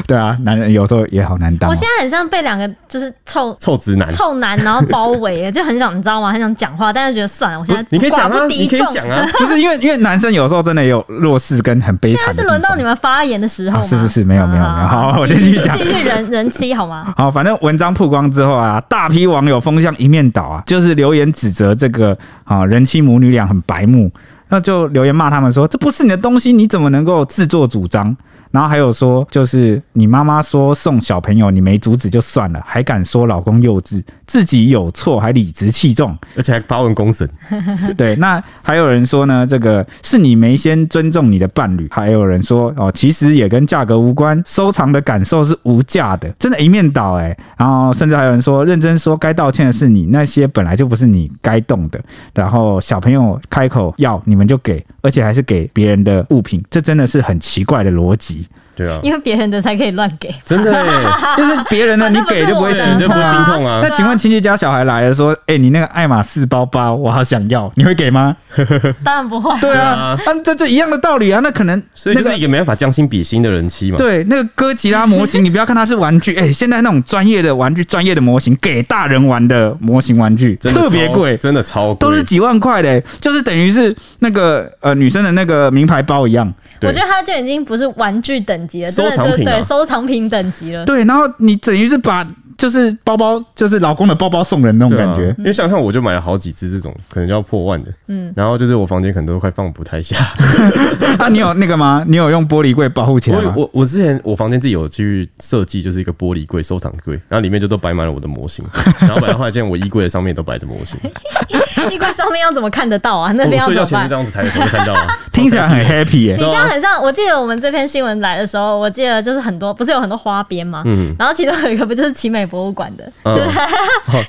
[SPEAKER 1] 对啊，男人有时候也好难当、哦。
[SPEAKER 2] 我现在很像被两个就是臭
[SPEAKER 3] 臭直男。
[SPEAKER 2] 臭男然后包围，欸就很想你知道吗？很想讲话，但是觉得算了，我现在
[SPEAKER 3] 你可以讲
[SPEAKER 2] 寡
[SPEAKER 3] 啊，
[SPEAKER 2] 不
[SPEAKER 3] 你
[SPEAKER 2] 敌
[SPEAKER 3] 可以
[SPEAKER 2] 众。
[SPEAKER 3] 讲啊，
[SPEAKER 1] 不是因为因为男生有时候真的有弱势跟很悲
[SPEAKER 2] 现
[SPEAKER 1] 惨的
[SPEAKER 2] 在
[SPEAKER 1] 地方。
[SPEAKER 2] 是轮到你们发言的时候
[SPEAKER 1] 啊
[SPEAKER 2] 吗？
[SPEAKER 1] 是是是没有没有没有好我先
[SPEAKER 2] 继续
[SPEAKER 1] 继续讲
[SPEAKER 2] 继续人 人妻好吗？
[SPEAKER 1] 好，反正文章曝光之后啊，大批网友风向一面倒啊，就是留言指责这个啊人妻母女俩很白目，那就留言骂他们说这不是你的东西，你怎么能够自作主张？然后还有说，就是你妈妈说送小朋友你没阻止就算了，还敢说老公幼稚，自己有错还理直气壮，
[SPEAKER 3] 而且还发文公审，
[SPEAKER 1] 对，那还有人说呢，这个是你没先尊重你的伴侣。还有人说哦，其实也跟价格无关，收藏的感受是无价的，真的，一面倒哎、然后甚至还有人说，认真说，该道歉的是你，那些本来就不是你该动的。然后小朋友开口要，你们就给，而且还是给别人的物品，这真的是很奇怪的逻辑，
[SPEAKER 3] 对啊，
[SPEAKER 2] 因为别人的才可以乱给，
[SPEAKER 3] 真的耶，
[SPEAKER 1] 就是别人的
[SPEAKER 2] 反
[SPEAKER 1] 你
[SPEAKER 2] 正不是
[SPEAKER 1] 给就不
[SPEAKER 2] 我
[SPEAKER 1] 会心
[SPEAKER 2] 的
[SPEAKER 3] 对，你就
[SPEAKER 1] 痛
[SPEAKER 3] 不会心
[SPEAKER 1] 啊。
[SPEAKER 3] 痛啊
[SPEAKER 1] 那。请问亲戚家小孩来了，说：“哎、你那个爱马仕包包，我好想要，你会给吗？”
[SPEAKER 2] 当然不会。
[SPEAKER 1] 对啊，啊，这就一样的道理啊。那可能
[SPEAKER 3] 所以
[SPEAKER 1] 那
[SPEAKER 3] 就是
[SPEAKER 1] 个
[SPEAKER 3] 一个没办法将心比心的人妻嘛。
[SPEAKER 1] 对那个哥吉拉模型，你不要看它是玩具，哎，现在那种专业的玩具、专业的模型给大人玩的模型玩具，
[SPEAKER 3] 真的
[SPEAKER 1] 特别
[SPEAKER 3] 超
[SPEAKER 1] 贵，
[SPEAKER 3] 真的超贵，
[SPEAKER 1] 都是几万块的，就是等于是那个呃女生的那个名牌包一样。
[SPEAKER 3] 对
[SPEAKER 2] 我觉得他就已经不是玩具等级了，真
[SPEAKER 3] 收
[SPEAKER 2] 的
[SPEAKER 3] 藏
[SPEAKER 2] 就
[SPEAKER 3] 品啊
[SPEAKER 2] 对收藏品等级了。
[SPEAKER 1] 对，然后你等于是把。就是包包，就是老公的包包送人那种
[SPEAKER 3] 对啊
[SPEAKER 1] 感觉。嗯
[SPEAKER 3] 因为想想看，我就买了好几只这种，可能就要破万的，嗯，然后就是我房间可能都快放不太下。
[SPEAKER 1] 啊，你有那个吗？你有用玻璃柜保护起来
[SPEAKER 3] 我
[SPEAKER 1] 吗？
[SPEAKER 3] 我我之前我房间自己有去设计，就是一个玻璃柜收藏柜，然后里面就都摆满了我的模型，然后摆到后来，现在我衣柜的上面都摆着模型，
[SPEAKER 2] 衣柜上面要怎么看得到啊？那
[SPEAKER 3] 我
[SPEAKER 2] 边要
[SPEAKER 3] 睡
[SPEAKER 2] 怎
[SPEAKER 3] 觉
[SPEAKER 2] 么办
[SPEAKER 3] 前是这？样子才能看到啊。
[SPEAKER 1] 听起来很 happy 耶、
[SPEAKER 2] 你这样很像，我记得我们这篇新闻来的时候，我记得就是很多，不是有很多花边吗？
[SPEAKER 3] 嗯
[SPEAKER 2] 然后其中有一个不就是奇美博物馆的，
[SPEAKER 3] 嗯
[SPEAKER 2] 就是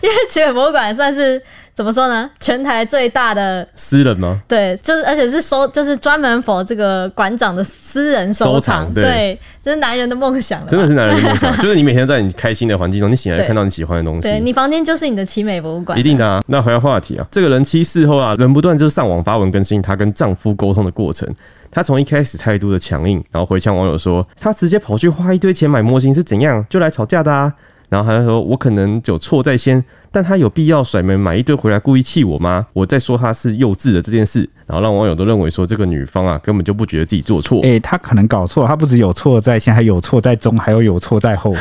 [SPEAKER 2] 因为奇美博物馆算是怎么说呢，全台最大的，
[SPEAKER 3] 私人吗？
[SPEAKER 2] 对，就是而且是收，就是专门否这个馆长的私人收
[SPEAKER 3] 收藏对
[SPEAKER 2] 对，这是男人的梦想了吧
[SPEAKER 3] 真的是男人的 梦想，就是你每天在你开心的环境中，你醒来
[SPEAKER 2] 对
[SPEAKER 3] 看到你喜欢的东西，
[SPEAKER 2] 对你房间就是你的奇美博物馆，
[SPEAKER 3] 一定的啊。那回到话题啊，这个人妻事后啊，人不断就上网发文更新她跟丈夫沟通的过程。她从一开始态度的强硬，然后回呛网友说，她直接跑去花一堆钱买模型是怎样，就来吵架的啊。然后她就说，我可能有错在先，但她有必要甩门买一堆回来故意气我吗？我在说她是幼稚的这件事，然后让网友都认为说这个女方啊根本就不觉得自己做错。
[SPEAKER 1] 哎、他可能搞错，他不只有错在先，还有错在中，还有有错在后。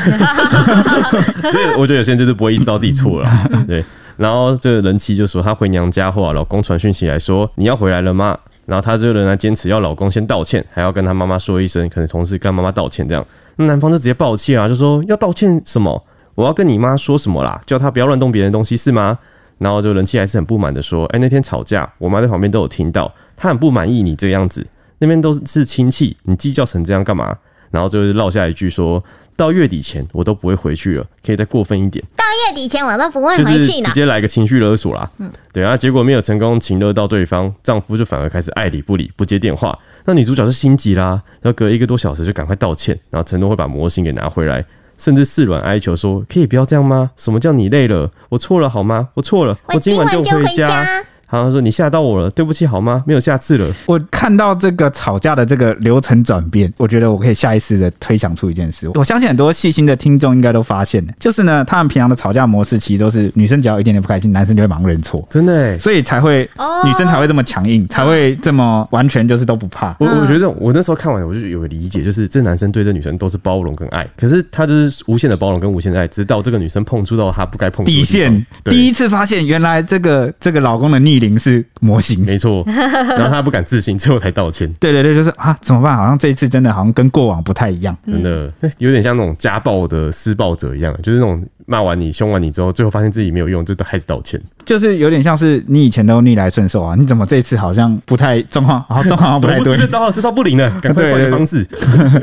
[SPEAKER 3] 所以我觉得有些人就是不会意识到自己错了啊，对。然后这个人妻就说，她回娘家后啊，老公传讯息来说你要回来了吗？然后她这个人还坚持要老公先道歉，还要跟她妈妈说一声，可能同事跟妈妈道歉这样。那男方就直接爆气啊，就说要道歉什么？我要跟你妈说什么啦？叫她不要乱动别人的东西是吗？然后就人妻还是很不满的说，哎、那天吵架，我妈在旁边都有听到，她很不满意你这样子，那边都是亲戚，你计较成这样干嘛？然后就是落下一句说，到月底前我都不会回去了，可以再过分一点，
[SPEAKER 2] 月底前我都不会
[SPEAKER 3] 就是直接来个情绪勒索啦。对啊，结果没有成功情勒到对方，丈夫就反而开始爱理不理，不接电话。那女主角就心急啦，要隔一个多小时就赶快道歉，然后承诺会把模型给拿回来，甚至四软哀求说：“可以不要这样吗？什么叫你累了？我错了好吗？我错了，我今晚就回家。”好像说：“你吓到我了，对不起好吗？没有下次了。
[SPEAKER 1] 我看到这个吵架的这个流程转变，我觉得我可以下意识的推想出一件事。我相信很多细心的听众应该都发现了，就是呢，他们平常的吵架模式其实都是女生只要有一点点不开心，男生就会忙认错”，
[SPEAKER 3] 真的、欸，
[SPEAKER 1] 所以才会
[SPEAKER 2] 哦
[SPEAKER 1] 女生才会这么强硬，才会这么完全就是都不怕。
[SPEAKER 3] 嗯我我觉得我那时候看完我就有个理解，就是这男生对这女生都是包容跟爱，可是他就是无限的包容跟无限的爱，直到这个女生碰触到他不该碰触的
[SPEAKER 1] 底
[SPEAKER 3] 地方
[SPEAKER 1] 线，
[SPEAKER 3] 对
[SPEAKER 1] 第一次发现原来这个这个老公的逆鳞是模型。
[SPEAKER 3] 没 错，然后他不敢自信，最后才道歉。
[SPEAKER 1] 对对对，就是啊，怎么办？好像这一次真的好像跟过往不太一样。
[SPEAKER 3] 真的有点嗯像那种家暴的施暴者一样，就是那种骂完你、凶完你之后，最后发现自己没有用，就都开始道歉。
[SPEAKER 1] 就是有点像是你以前都逆来顺受啊，你怎么这次好像不太状况，好像状况好像
[SPEAKER 3] 怎
[SPEAKER 1] 哦不太
[SPEAKER 3] 么不
[SPEAKER 1] 对
[SPEAKER 3] 是这。招了？这招不 灵了，赶快
[SPEAKER 1] 对
[SPEAKER 3] 换
[SPEAKER 1] 对
[SPEAKER 3] 个方式。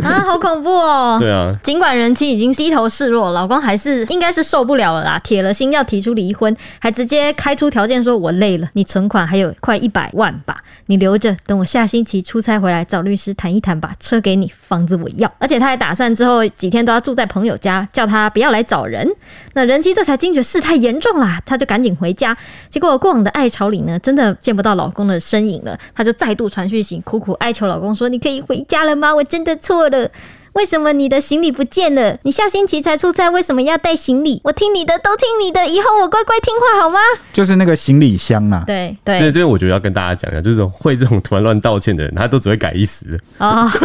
[SPEAKER 2] 啊，好恐怖哦！
[SPEAKER 3] 对啊，
[SPEAKER 2] 尽管人妻已经低头示弱，老公还是应该是受不了了啦，铁了心要提出离婚，还直接开出条件说：“我累了，你存款还有快一百万吧，你留着，等我下星期出差回来找律师谈一谈吧，车给你，房子我要。”而且他还打算之后几天都要住在朋友家，叫他不要来找人。那人妻这才惊觉事态严重啦，她就赶紧回家。结果过往的爱巢里呢，真的见不到老公的身影了，她就再度传讯息，苦苦哀求老公说：“你可以回家了吗？我真的错了。”为什么你的行李不见了？你下星期才出差，为什么要带行李？我听你的，都听你的，以后我乖乖听话好吗？
[SPEAKER 1] 就是那个行李箱啊，
[SPEAKER 2] 对
[SPEAKER 3] 这
[SPEAKER 2] 对
[SPEAKER 3] 这边我觉得要跟大家讲一下，就是会这种突然乱道歉的人，他都只会改一时。
[SPEAKER 2] 哦，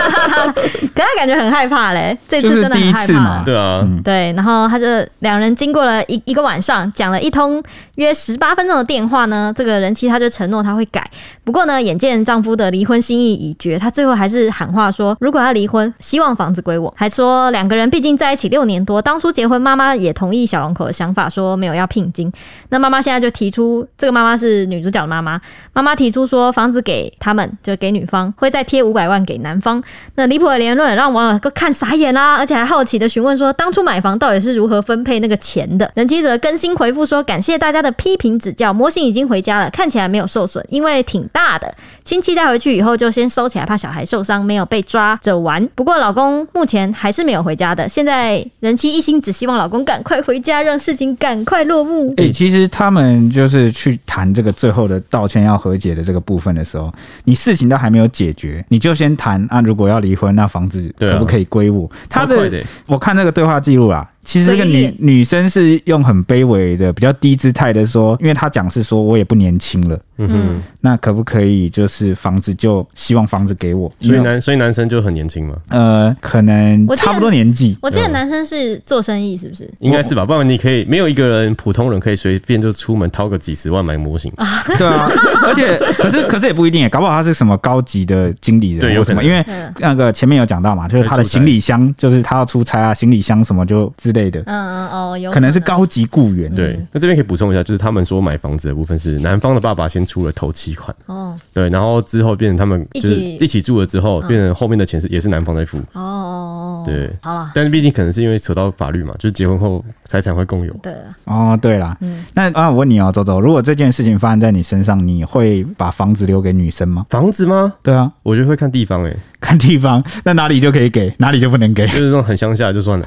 [SPEAKER 2] 可他感觉很害怕嘞，这
[SPEAKER 1] 就
[SPEAKER 2] 次
[SPEAKER 1] 是
[SPEAKER 2] 真的
[SPEAKER 1] 第一
[SPEAKER 2] 很害
[SPEAKER 1] 次
[SPEAKER 2] 怕
[SPEAKER 1] 嘛
[SPEAKER 2] 了。
[SPEAKER 3] 对啊，
[SPEAKER 1] 嗯
[SPEAKER 2] 对，然后他就两人经过了一一个晚上，讲了一通约十八分钟的电话呢。这个人妻她就承诺她会改，不过呢，眼见丈夫的离婚心意已决，她最后还是喊话说，如果要离婚，希望房子归我。还说两个人毕竟在一起六年多，当初结婚，妈妈也同意小两口的想法，说没有要聘金。那妈妈现在就提出，这个妈妈是女主角的妈妈，妈妈提出说房子给他们，就给女方，会再贴五百万给男方。那离谱的言论让网友都看傻眼啦、而且还好奇的询问说，当初买房到底是如何分配那个钱的？人妻则更新回复说，感谢大家的批评指教，模型已经回家了，看起来没有受损，因为挺大的，亲戚带回去以后就先收起来，怕小孩受伤，没有被抓着玩。不过老公目前还是没有回家的，现在人妻一心只希望老公赶快回家，让事情赶快落幕。
[SPEAKER 1] 诶、其实他们就是去谈这个最后的道歉要和解的这个部分的时候，你事情都还没有解决，你就先谈啊，如果要离婚，那房子
[SPEAKER 3] 对啊
[SPEAKER 1] 可不可以归我？他
[SPEAKER 3] 超快的
[SPEAKER 1] 的我看那个对话记录啦，啊其实这个
[SPEAKER 2] 嘴
[SPEAKER 1] 女
[SPEAKER 2] 脸
[SPEAKER 1] 女生是用很卑微的、比较低姿态的说，因为她讲是说我也不年轻了，
[SPEAKER 3] 嗯哼，
[SPEAKER 1] 那可不可以就是房子就希望房子给我？
[SPEAKER 3] 所以
[SPEAKER 1] 因为
[SPEAKER 3] 男所以男生就很年轻嘛，
[SPEAKER 1] 呃，可能
[SPEAKER 2] 我记得
[SPEAKER 1] 差不多年纪，
[SPEAKER 2] 我记得男生是做生意，是不是？
[SPEAKER 3] 应该是吧？不然你可以没有一个人普通人可以随便就出门掏个几十万买模型，
[SPEAKER 1] 对啊，而且可是可是也不一定耶，搞不好他是什么高级的经理人，
[SPEAKER 3] 对有
[SPEAKER 1] 或什么，
[SPEAKER 3] 可能
[SPEAKER 1] 因为
[SPEAKER 2] 嗯
[SPEAKER 1] 那个前面有讲到嘛，就是他的行李箱，就是他要出差啊，行李箱什么就之类的，
[SPEAKER 2] 嗯嗯哦，有
[SPEAKER 1] 可能是高级雇员，
[SPEAKER 3] 对，那这边可以补充一下，就是他们说买房子的部分是男方的爸爸先出了头期款，
[SPEAKER 2] 哦
[SPEAKER 3] 对，然后之后变成他们
[SPEAKER 2] 一
[SPEAKER 3] 就
[SPEAKER 2] 起
[SPEAKER 3] 是一起住了之
[SPEAKER 1] 嗯
[SPEAKER 3] 后，变成后面的钱是也是男方在付，
[SPEAKER 2] 哦哦哦，
[SPEAKER 3] 对
[SPEAKER 2] 好了，
[SPEAKER 3] 但是毕竟可能是因为扯到法律嘛，就是结婚后财产会共有，
[SPEAKER 2] 对了，
[SPEAKER 1] 哦，对啦，
[SPEAKER 3] 嗯
[SPEAKER 1] 那啊，我问你哦，周周，如果这件事情发生在你身上，你会把房子留给女生吗？
[SPEAKER 3] 房子吗？
[SPEAKER 1] 对啊，
[SPEAKER 3] 我觉得会看地方诶、
[SPEAKER 1] 看地方，那哪里就可以给，哪里就不能 给，
[SPEAKER 3] 就是那种很乡下就算了，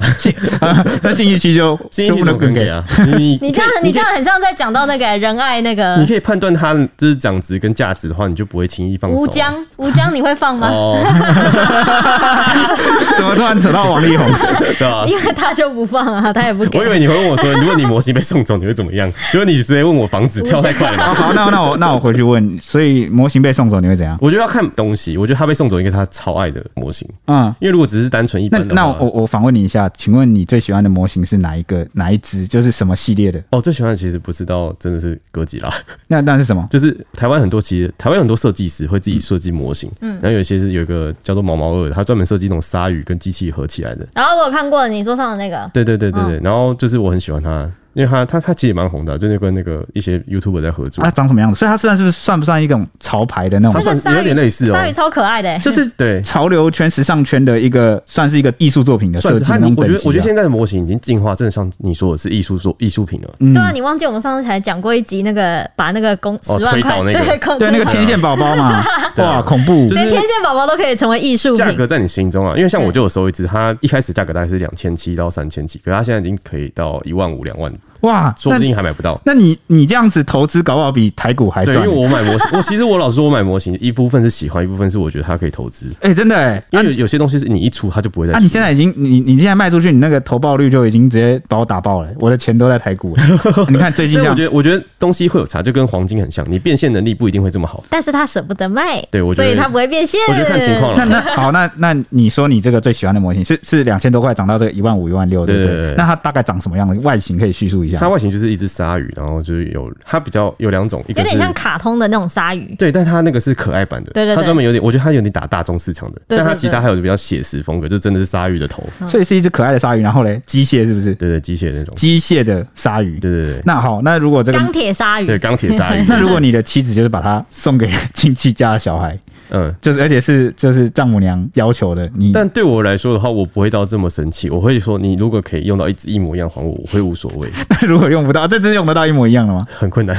[SPEAKER 1] 那信义区就
[SPEAKER 3] 新一
[SPEAKER 1] 就
[SPEAKER 3] 期
[SPEAKER 1] 不
[SPEAKER 3] 怎
[SPEAKER 1] 能
[SPEAKER 3] 么可
[SPEAKER 1] 更
[SPEAKER 3] 能给
[SPEAKER 1] 给。
[SPEAKER 3] 啊？ 你
[SPEAKER 2] 你这样你这样很像在讲到那个仁爱那个
[SPEAKER 3] 你可以判断它就是涨值跟价值的话，你就不会轻易放手啊。
[SPEAKER 2] 吴 江，吴江你会放吗？
[SPEAKER 3] 哦，
[SPEAKER 1] 怎么突然扯到王力宏？
[SPEAKER 3] 对啊。
[SPEAKER 2] 因为他就不放 啊，他也不给
[SPEAKER 3] 我以。为你会问我说，如果你模型被送走，你会怎么样？ 结果你直接问我房子跳太快了吗
[SPEAKER 1] 哦，好，那那我那我回去问，所以模型被送走你会怎样？
[SPEAKER 3] 我觉得要看东西，我觉得他被送走应该是他超爱的模型，
[SPEAKER 1] 嗯，
[SPEAKER 3] 因为如果只是单纯一
[SPEAKER 1] 那
[SPEAKER 3] 般的
[SPEAKER 1] 那
[SPEAKER 3] 话，
[SPEAKER 1] 我我反问你一下，请问你最喜欢的模型是哪一个哪一只？就是什么系列的？
[SPEAKER 3] 哦最喜欢的其实不是到真的是哥吉拉，
[SPEAKER 1] 那那是什么？
[SPEAKER 3] 就是台湾很多其实台湾有很多设计师会自己设计模型，嗯，然后有一些是有一个叫做毛毛二的，他专门设计那种鲨鱼跟机器合起来的，
[SPEAKER 2] 然后我有看过你桌上的那个，
[SPEAKER 3] 对对对对对，
[SPEAKER 1] 嗯
[SPEAKER 3] 然后就是我很喜欢他，因为他他他其实也蛮红的，啊就是跟那个一些 YouTuber 在合作，
[SPEAKER 1] 它长什么样子？所以它算是不是算不算一种潮牌的那
[SPEAKER 3] 它
[SPEAKER 1] 种？
[SPEAKER 2] 那个
[SPEAKER 3] 算
[SPEAKER 2] 鲨鱼
[SPEAKER 3] 有点类似哦
[SPEAKER 2] 鲨鱼超可爱的欸，
[SPEAKER 1] 就是
[SPEAKER 3] 对
[SPEAKER 1] 潮流圈、时尚圈的一个，算是一个艺术作品的
[SPEAKER 3] 算
[SPEAKER 1] 设
[SPEAKER 3] 是
[SPEAKER 1] 计
[SPEAKER 3] 他，
[SPEAKER 1] 那种
[SPEAKER 3] 我
[SPEAKER 1] 等
[SPEAKER 3] 觉
[SPEAKER 1] 级啊。
[SPEAKER 3] 得我觉得现在的模型已经进化，真的像你说的是艺术作艺术品了，
[SPEAKER 2] 对啊，你忘记我们上次才讲过一集那个把那个公十
[SPEAKER 3] 哦
[SPEAKER 2] 万
[SPEAKER 3] 推
[SPEAKER 2] 块
[SPEAKER 3] 倒那个
[SPEAKER 2] 对公
[SPEAKER 1] 啊对那个天线宝宝 嘛，
[SPEAKER 3] 对啊
[SPEAKER 1] 哇，恐怖！
[SPEAKER 3] 就是
[SPEAKER 2] 连天线宝宝都可以成为艺术
[SPEAKER 3] 价
[SPEAKER 2] 品，
[SPEAKER 3] 格在你心中啊，因为像我就有收一只，它一开始价格大概是两千七到三千七，可是它现在已经可以到一万五、两万，
[SPEAKER 1] 哇，
[SPEAKER 3] 说不定还买不到。
[SPEAKER 1] 那那你你这样子投资，搞不好比台股还
[SPEAKER 3] 对，因
[SPEAKER 1] 赚
[SPEAKER 3] 为。我买模 型，我其实我老实说，我买模型一部分是喜欢，一部分是我觉得它可以投资，
[SPEAKER 1] 哎，真的哎，
[SPEAKER 3] 因
[SPEAKER 1] 啊
[SPEAKER 3] 为有有些东西是你一出它就不会再出。
[SPEAKER 1] 啊！你现在已经你你现在卖出去，你那个投报率就已经直接把我打爆了，我的钱都在台股。 你看最近
[SPEAKER 3] 所
[SPEAKER 1] 这
[SPEAKER 3] 以我
[SPEAKER 1] 样
[SPEAKER 3] 觉，得，我觉得东西会有差，就跟黄金很像，你变现能力不一定会这么好。
[SPEAKER 2] 但是他舍不得卖，
[SPEAKER 3] 对我觉
[SPEAKER 2] 所
[SPEAKER 3] 得
[SPEAKER 2] 以他不会变现，
[SPEAKER 3] 我觉得看情况
[SPEAKER 1] 那
[SPEAKER 3] 了。
[SPEAKER 1] 那 好，那那你说你这个最喜欢的模型是是两千多块涨到这个一万五、一万六，对不
[SPEAKER 3] 对对
[SPEAKER 1] 对
[SPEAKER 3] 对？
[SPEAKER 1] 那它大概长什么样的外形可以叙述一下
[SPEAKER 3] 它？外形就是一只鲨鱼，然后就是有它比较有两种，一
[SPEAKER 2] 有
[SPEAKER 3] 个
[SPEAKER 2] 点
[SPEAKER 3] 是
[SPEAKER 2] 像卡通的那种鲨鱼，
[SPEAKER 3] 对，但它那个是可爱版的，
[SPEAKER 2] 对对对
[SPEAKER 3] 它专门有点，我觉得它有点打大众市场的，
[SPEAKER 2] 对对
[SPEAKER 3] 但它
[SPEAKER 2] 对
[SPEAKER 3] 其他还有比较写实风格，就真的是鲨鱼的头，
[SPEAKER 2] 嗯
[SPEAKER 1] 所以是一只可爱的鲨鱼，然后嘞，机械是不是？
[SPEAKER 3] 对对，机械那种，
[SPEAKER 1] 机械的鲨鱼。
[SPEAKER 3] 对对对。
[SPEAKER 1] 那好，那如果这个，。
[SPEAKER 2] 钢铁鲨
[SPEAKER 3] 对
[SPEAKER 2] 鱼，
[SPEAKER 3] 钢铁鲨鱼
[SPEAKER 1] 那如果你的妻子就是把它送给亲戚家的小孩，
[SPEAKER 3] 嗯，
[SPEAKER 1] 就是而且是就是丈母娘要求的，你
[SPEAKER 3] 但对我来说的话，我不会到这么生气，我会说你如果可以用到一只一模一样还我，我会无所谓，？
[SPEAKER 1] 如果用不到，这只用得到一模一样的吗
[SPEAKER 3] 很困难。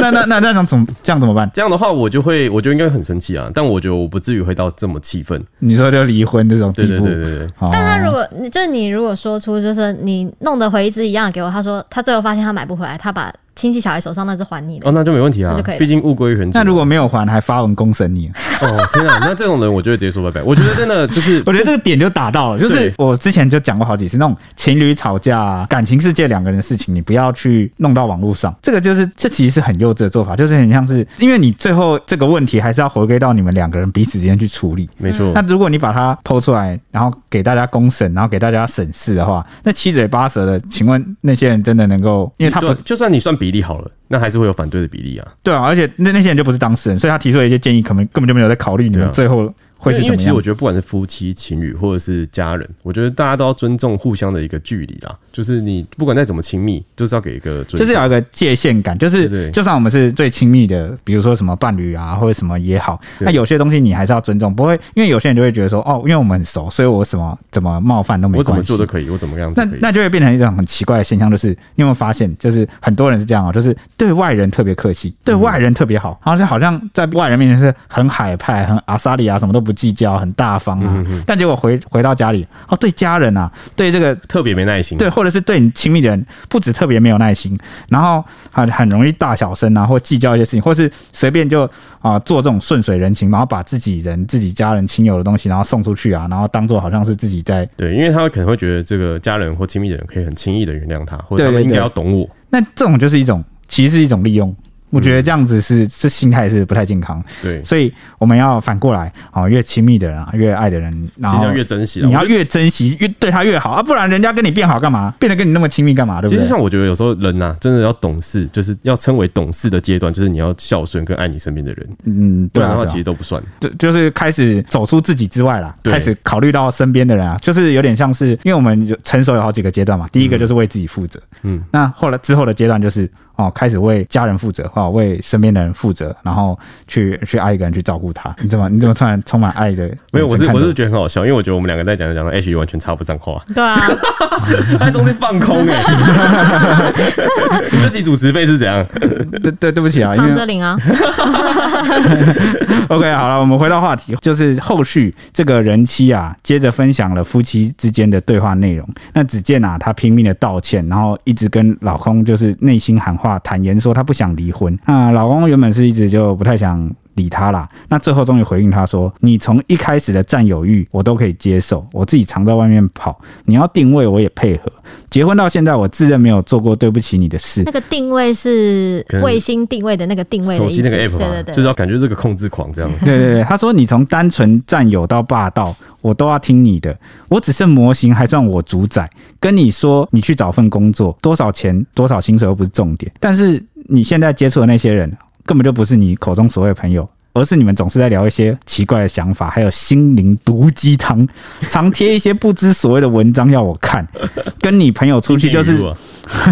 [SPEAKER 1] 那那那那那怎么这样怎么办？
[SPEAKER 3] 这样的话，我就会，我就应该会很生气啊，但我觉得我不至于会到这么气愤。
[SPEAKER 1] 你说就离婚这种地
[SPEAKER 3] 对对
[SPEAKER 1] 步？
[SPEAKER 3] 对对对，
[SPEAKER 1] 哦
[SPEAKER 2] 但他如果你就是你如果说出就是你弄得回一只一样的给我，他说他最后发现他买不回来，他把亲戚小孩手上那只还你了，
[SPEAKER 3] 哦，那就没问题
[SPEAKER 2] 那
[SPEAKER 3] 啊
[SPEAKER 2] 就可以了，
[SPEAKER 3] 毕竟物归原主。
[SPEAKER 1] 那如果没有还，还发文公审你，
[SPEAKER 3] 哦天啊，那这种人我就会直接说拜拜。我觉得真的就是
[SPEAKER 1] 我觉得这个点就打到了，就是
[SPEAKER 3] 对
[SPEAKER 1] 我之前就讲过好几次，那种情侣吵架、感情世界两个人的事情，你不要去弄到网络上。这个就是这其实是很幼稚的做法，就是很像是因为你最后这个问题还是要回归到你们两个人彼此之间去处理。
[SPEAKER 3] 没错
[SPEAKER 1] 那，如果你把它剖出来，然后给大家公审，然后给大家审视的话，那七嘴八舌的，请问那些人真的能够？因为他不
[SPEAKER 3] 对啊就算你算比例好了，那还是会有反对的比例啊。
[SPEAKER 1] 对啊，而且那那些人就不是当事人，所以他提出的一些建议，可能根本就没有在考虑你
[SPEAKER 3] 对
[SPEAKER 1] 们
[SPEAKER 3] 啊
[SPEAKER 1] 最后会是
[SPEAKER 3] 因
[SPEAKER 1] 怎
[SPEAKER 3] 为因为
[SPEAKER 1] 么
[SPEAKER 3] 其实
[SPEAKER 1] 样
[SPEAKER 3] 我。觉得不管是夫妻、情侣或者是家人，我觉得大家都要尊重互相的一个距离啦。就是你不管再怎么亲密，就是要给一个尊重。
[SPEAKER 1] 就是要有一个界限感，就
[SPEAKER 3] 对
[SPEAKER 1] 是
[SPEAKER 3] 对
[SPEAKER 1] 就算我们是最亲密的，比如说什么伴侣啊，或者什么也好，
[SPEAKER 3] 对
[SPEAKER 1] 那有些东西你还是要尊重，不会因为有些人就会觉得说，哦，因为我们很熟，所以我什么怎么冒犯都没
[SPEAKER 3] 我怎么
[SPEAKER 1] 关
[SPEAKER 3] 做
[SPEAKER 1] 系
[SPEAKER 3] 都。可以，我怎么样都
[SPEAKER 1] 那
[SPEAKER 3] 可以。
[SPEAKER 1] 那就会变成一种很奇怪的现象，就是你有没有发现，就是很多人是这样啊，就是对外人
[SPEAKER 3] 嗯
[SPEAKER 1] 特别客气，对外人特别好，然后就好像在外人面前是很海派、很阿萨里啊，什么都不计较，很大方啊。
[SPEAKER 3] 嗯嗯
[SPEAKER 1] 但结果回回到家里，哦，对家人啊，对这个
[SPEAKER 3] 特别没耐心。啊
[SPEAKER 1] 对，，或者是对你亲密的人，不止特别没有耐心，然后很很容易大小声啊，或计较一些事情，或是随便就啊、做这种顺水人情，然后把自己人、自己家人、亲友的东西，然后送出去啊，然后当做好像是自己在。
[SPEAKER 3] 对，因为他可能会觉得这个家人或亲密的人可以很轻易的原谅他，或者
[SPEAKER 1] 对
[SPEAKER 3] 他们
[SPEAKER 1] 对
[SPEAKER 3] 应该
[SPEAKER 1] 对
[SPEAKER 3] 要懂我。
[SPEAKER 1] 那这种就是一种，其实是一种利用。我觉得这样子是这心态是不太健康，
[SPEAKER 3] 嗯对，
[SPEAKER 1] 所以我们要反过来哦，越亲密的人啊，越爱的人，然
[SPEAKER 3] 其实
[SPEAKER 1] 后
[SPEAKER 3] 要越珍惜啦。啊
[SPEAKER 1] 你
[SPEAKER 3] 我
[SPEAKER 1] 要
[SPEAKER 3] 觉
[SPEAKER 1] 越珍惜，越对他越好啊，不然人家跟你变好干嘛？变得跟你那么亲密干嘛？对不
[SPEAKER 3] 得其实
[SPEAKER 1] 对？
[SPEAKER 3] 像我觉得有时候人呐、真的要懂事，就是要称为懂事的阶段，就是你要孝顺跟爱你身边的人，
[SPEAKER 1] 嗯，
[SPEAKER 3] 不
[SPEAKER 1] 对
[SPEAKER 3] 然
[SPEAKER 1] 啊，
[SPEAKER 3] 的话
[SPEAKER 1] 对啊
[SPEAKER 3] 其实都不算。
[SPEAKER 1] 就就是开始走出自己之外啦，
[SPEAKER 3] 对
[SPEAKER 1] 开始考虑到身边的人啊，就是有点像是，因为我们有成熟有好几个阶段嘛，第一个就是为自己负责，
[SPEAKER 3] 嗯，
[SPEAKER 1] 那后来之后的阶段就是哦，开始为家人负责，哦，为身边的人负责，然后去去爱一个人，去照顾他。你怎么你怎么突然充满爱的眼神看着？
[SPEAKER 3] 没有，我是我是觉得很好笑，因为我觉得我们两个在讲着讲着，H 完全插不上话，
[SPEAKER 2] 对啊，
[SPEAKER 3] 他在中间放空
[SPEAKER 1] 欸
[SPEAKER 3] 哎、你自己主持费是怎样？
[SPEAKER 1] 对对对不起啊，因
[SPEAKER 2] 唐
[SPEAKER 1] 为
[SPEAKER 2] 哲林 啊，
[SPEAKER 1] OK，好了，我们回到话题，就是后续这个人妻啊，接着分享了夫妻之间的对话内容。那只见啊，她拼命的道歉，然后一直跟老公就是内心喊话，坦言说她不想离婚。那老公原本是一直就不太想。理她啦，那最后终于回应她说：“你从一开始的占有欲，我都可以接受，我自己常在外面跑，你要定位我也配合。结婚到现在，我自认没有做过对不起你的事
[SPEAKER 2] 那，个定位是
[SPEAKER 3] 可能
[SPEAKER 2] 卫星定位的那个定位的
[SPEAKER 3] 手
[SPEAKER 2] 意
[SPEAKER 3] 机
[SPEAKER 2] 思，
[SPEAKER 3] 那个 app
[SPEAKER 2] 对
[SPEAKER 3] 嘛，
[SPEAKER 2] 对对，
[SPEAKER 3] 就是要感觉这个控制狂这样。
[SPEAKER 1] 对对对，他说你从单纯占有到霸道，我都要听你的。我只剩模型，还算我主宰。跟你说，你去找份工作，多少钱、多少薪水又不是重点。但是你现在接触的那些人，根本就不是你口中所谓的朋友。而是你们总是在聊一些奇怪的想法，还有心灵毒鸡汤，常贴一些不知所谓的文章要我看。跟你朋友出去就是
[SPEAKER 3] 经典语录啊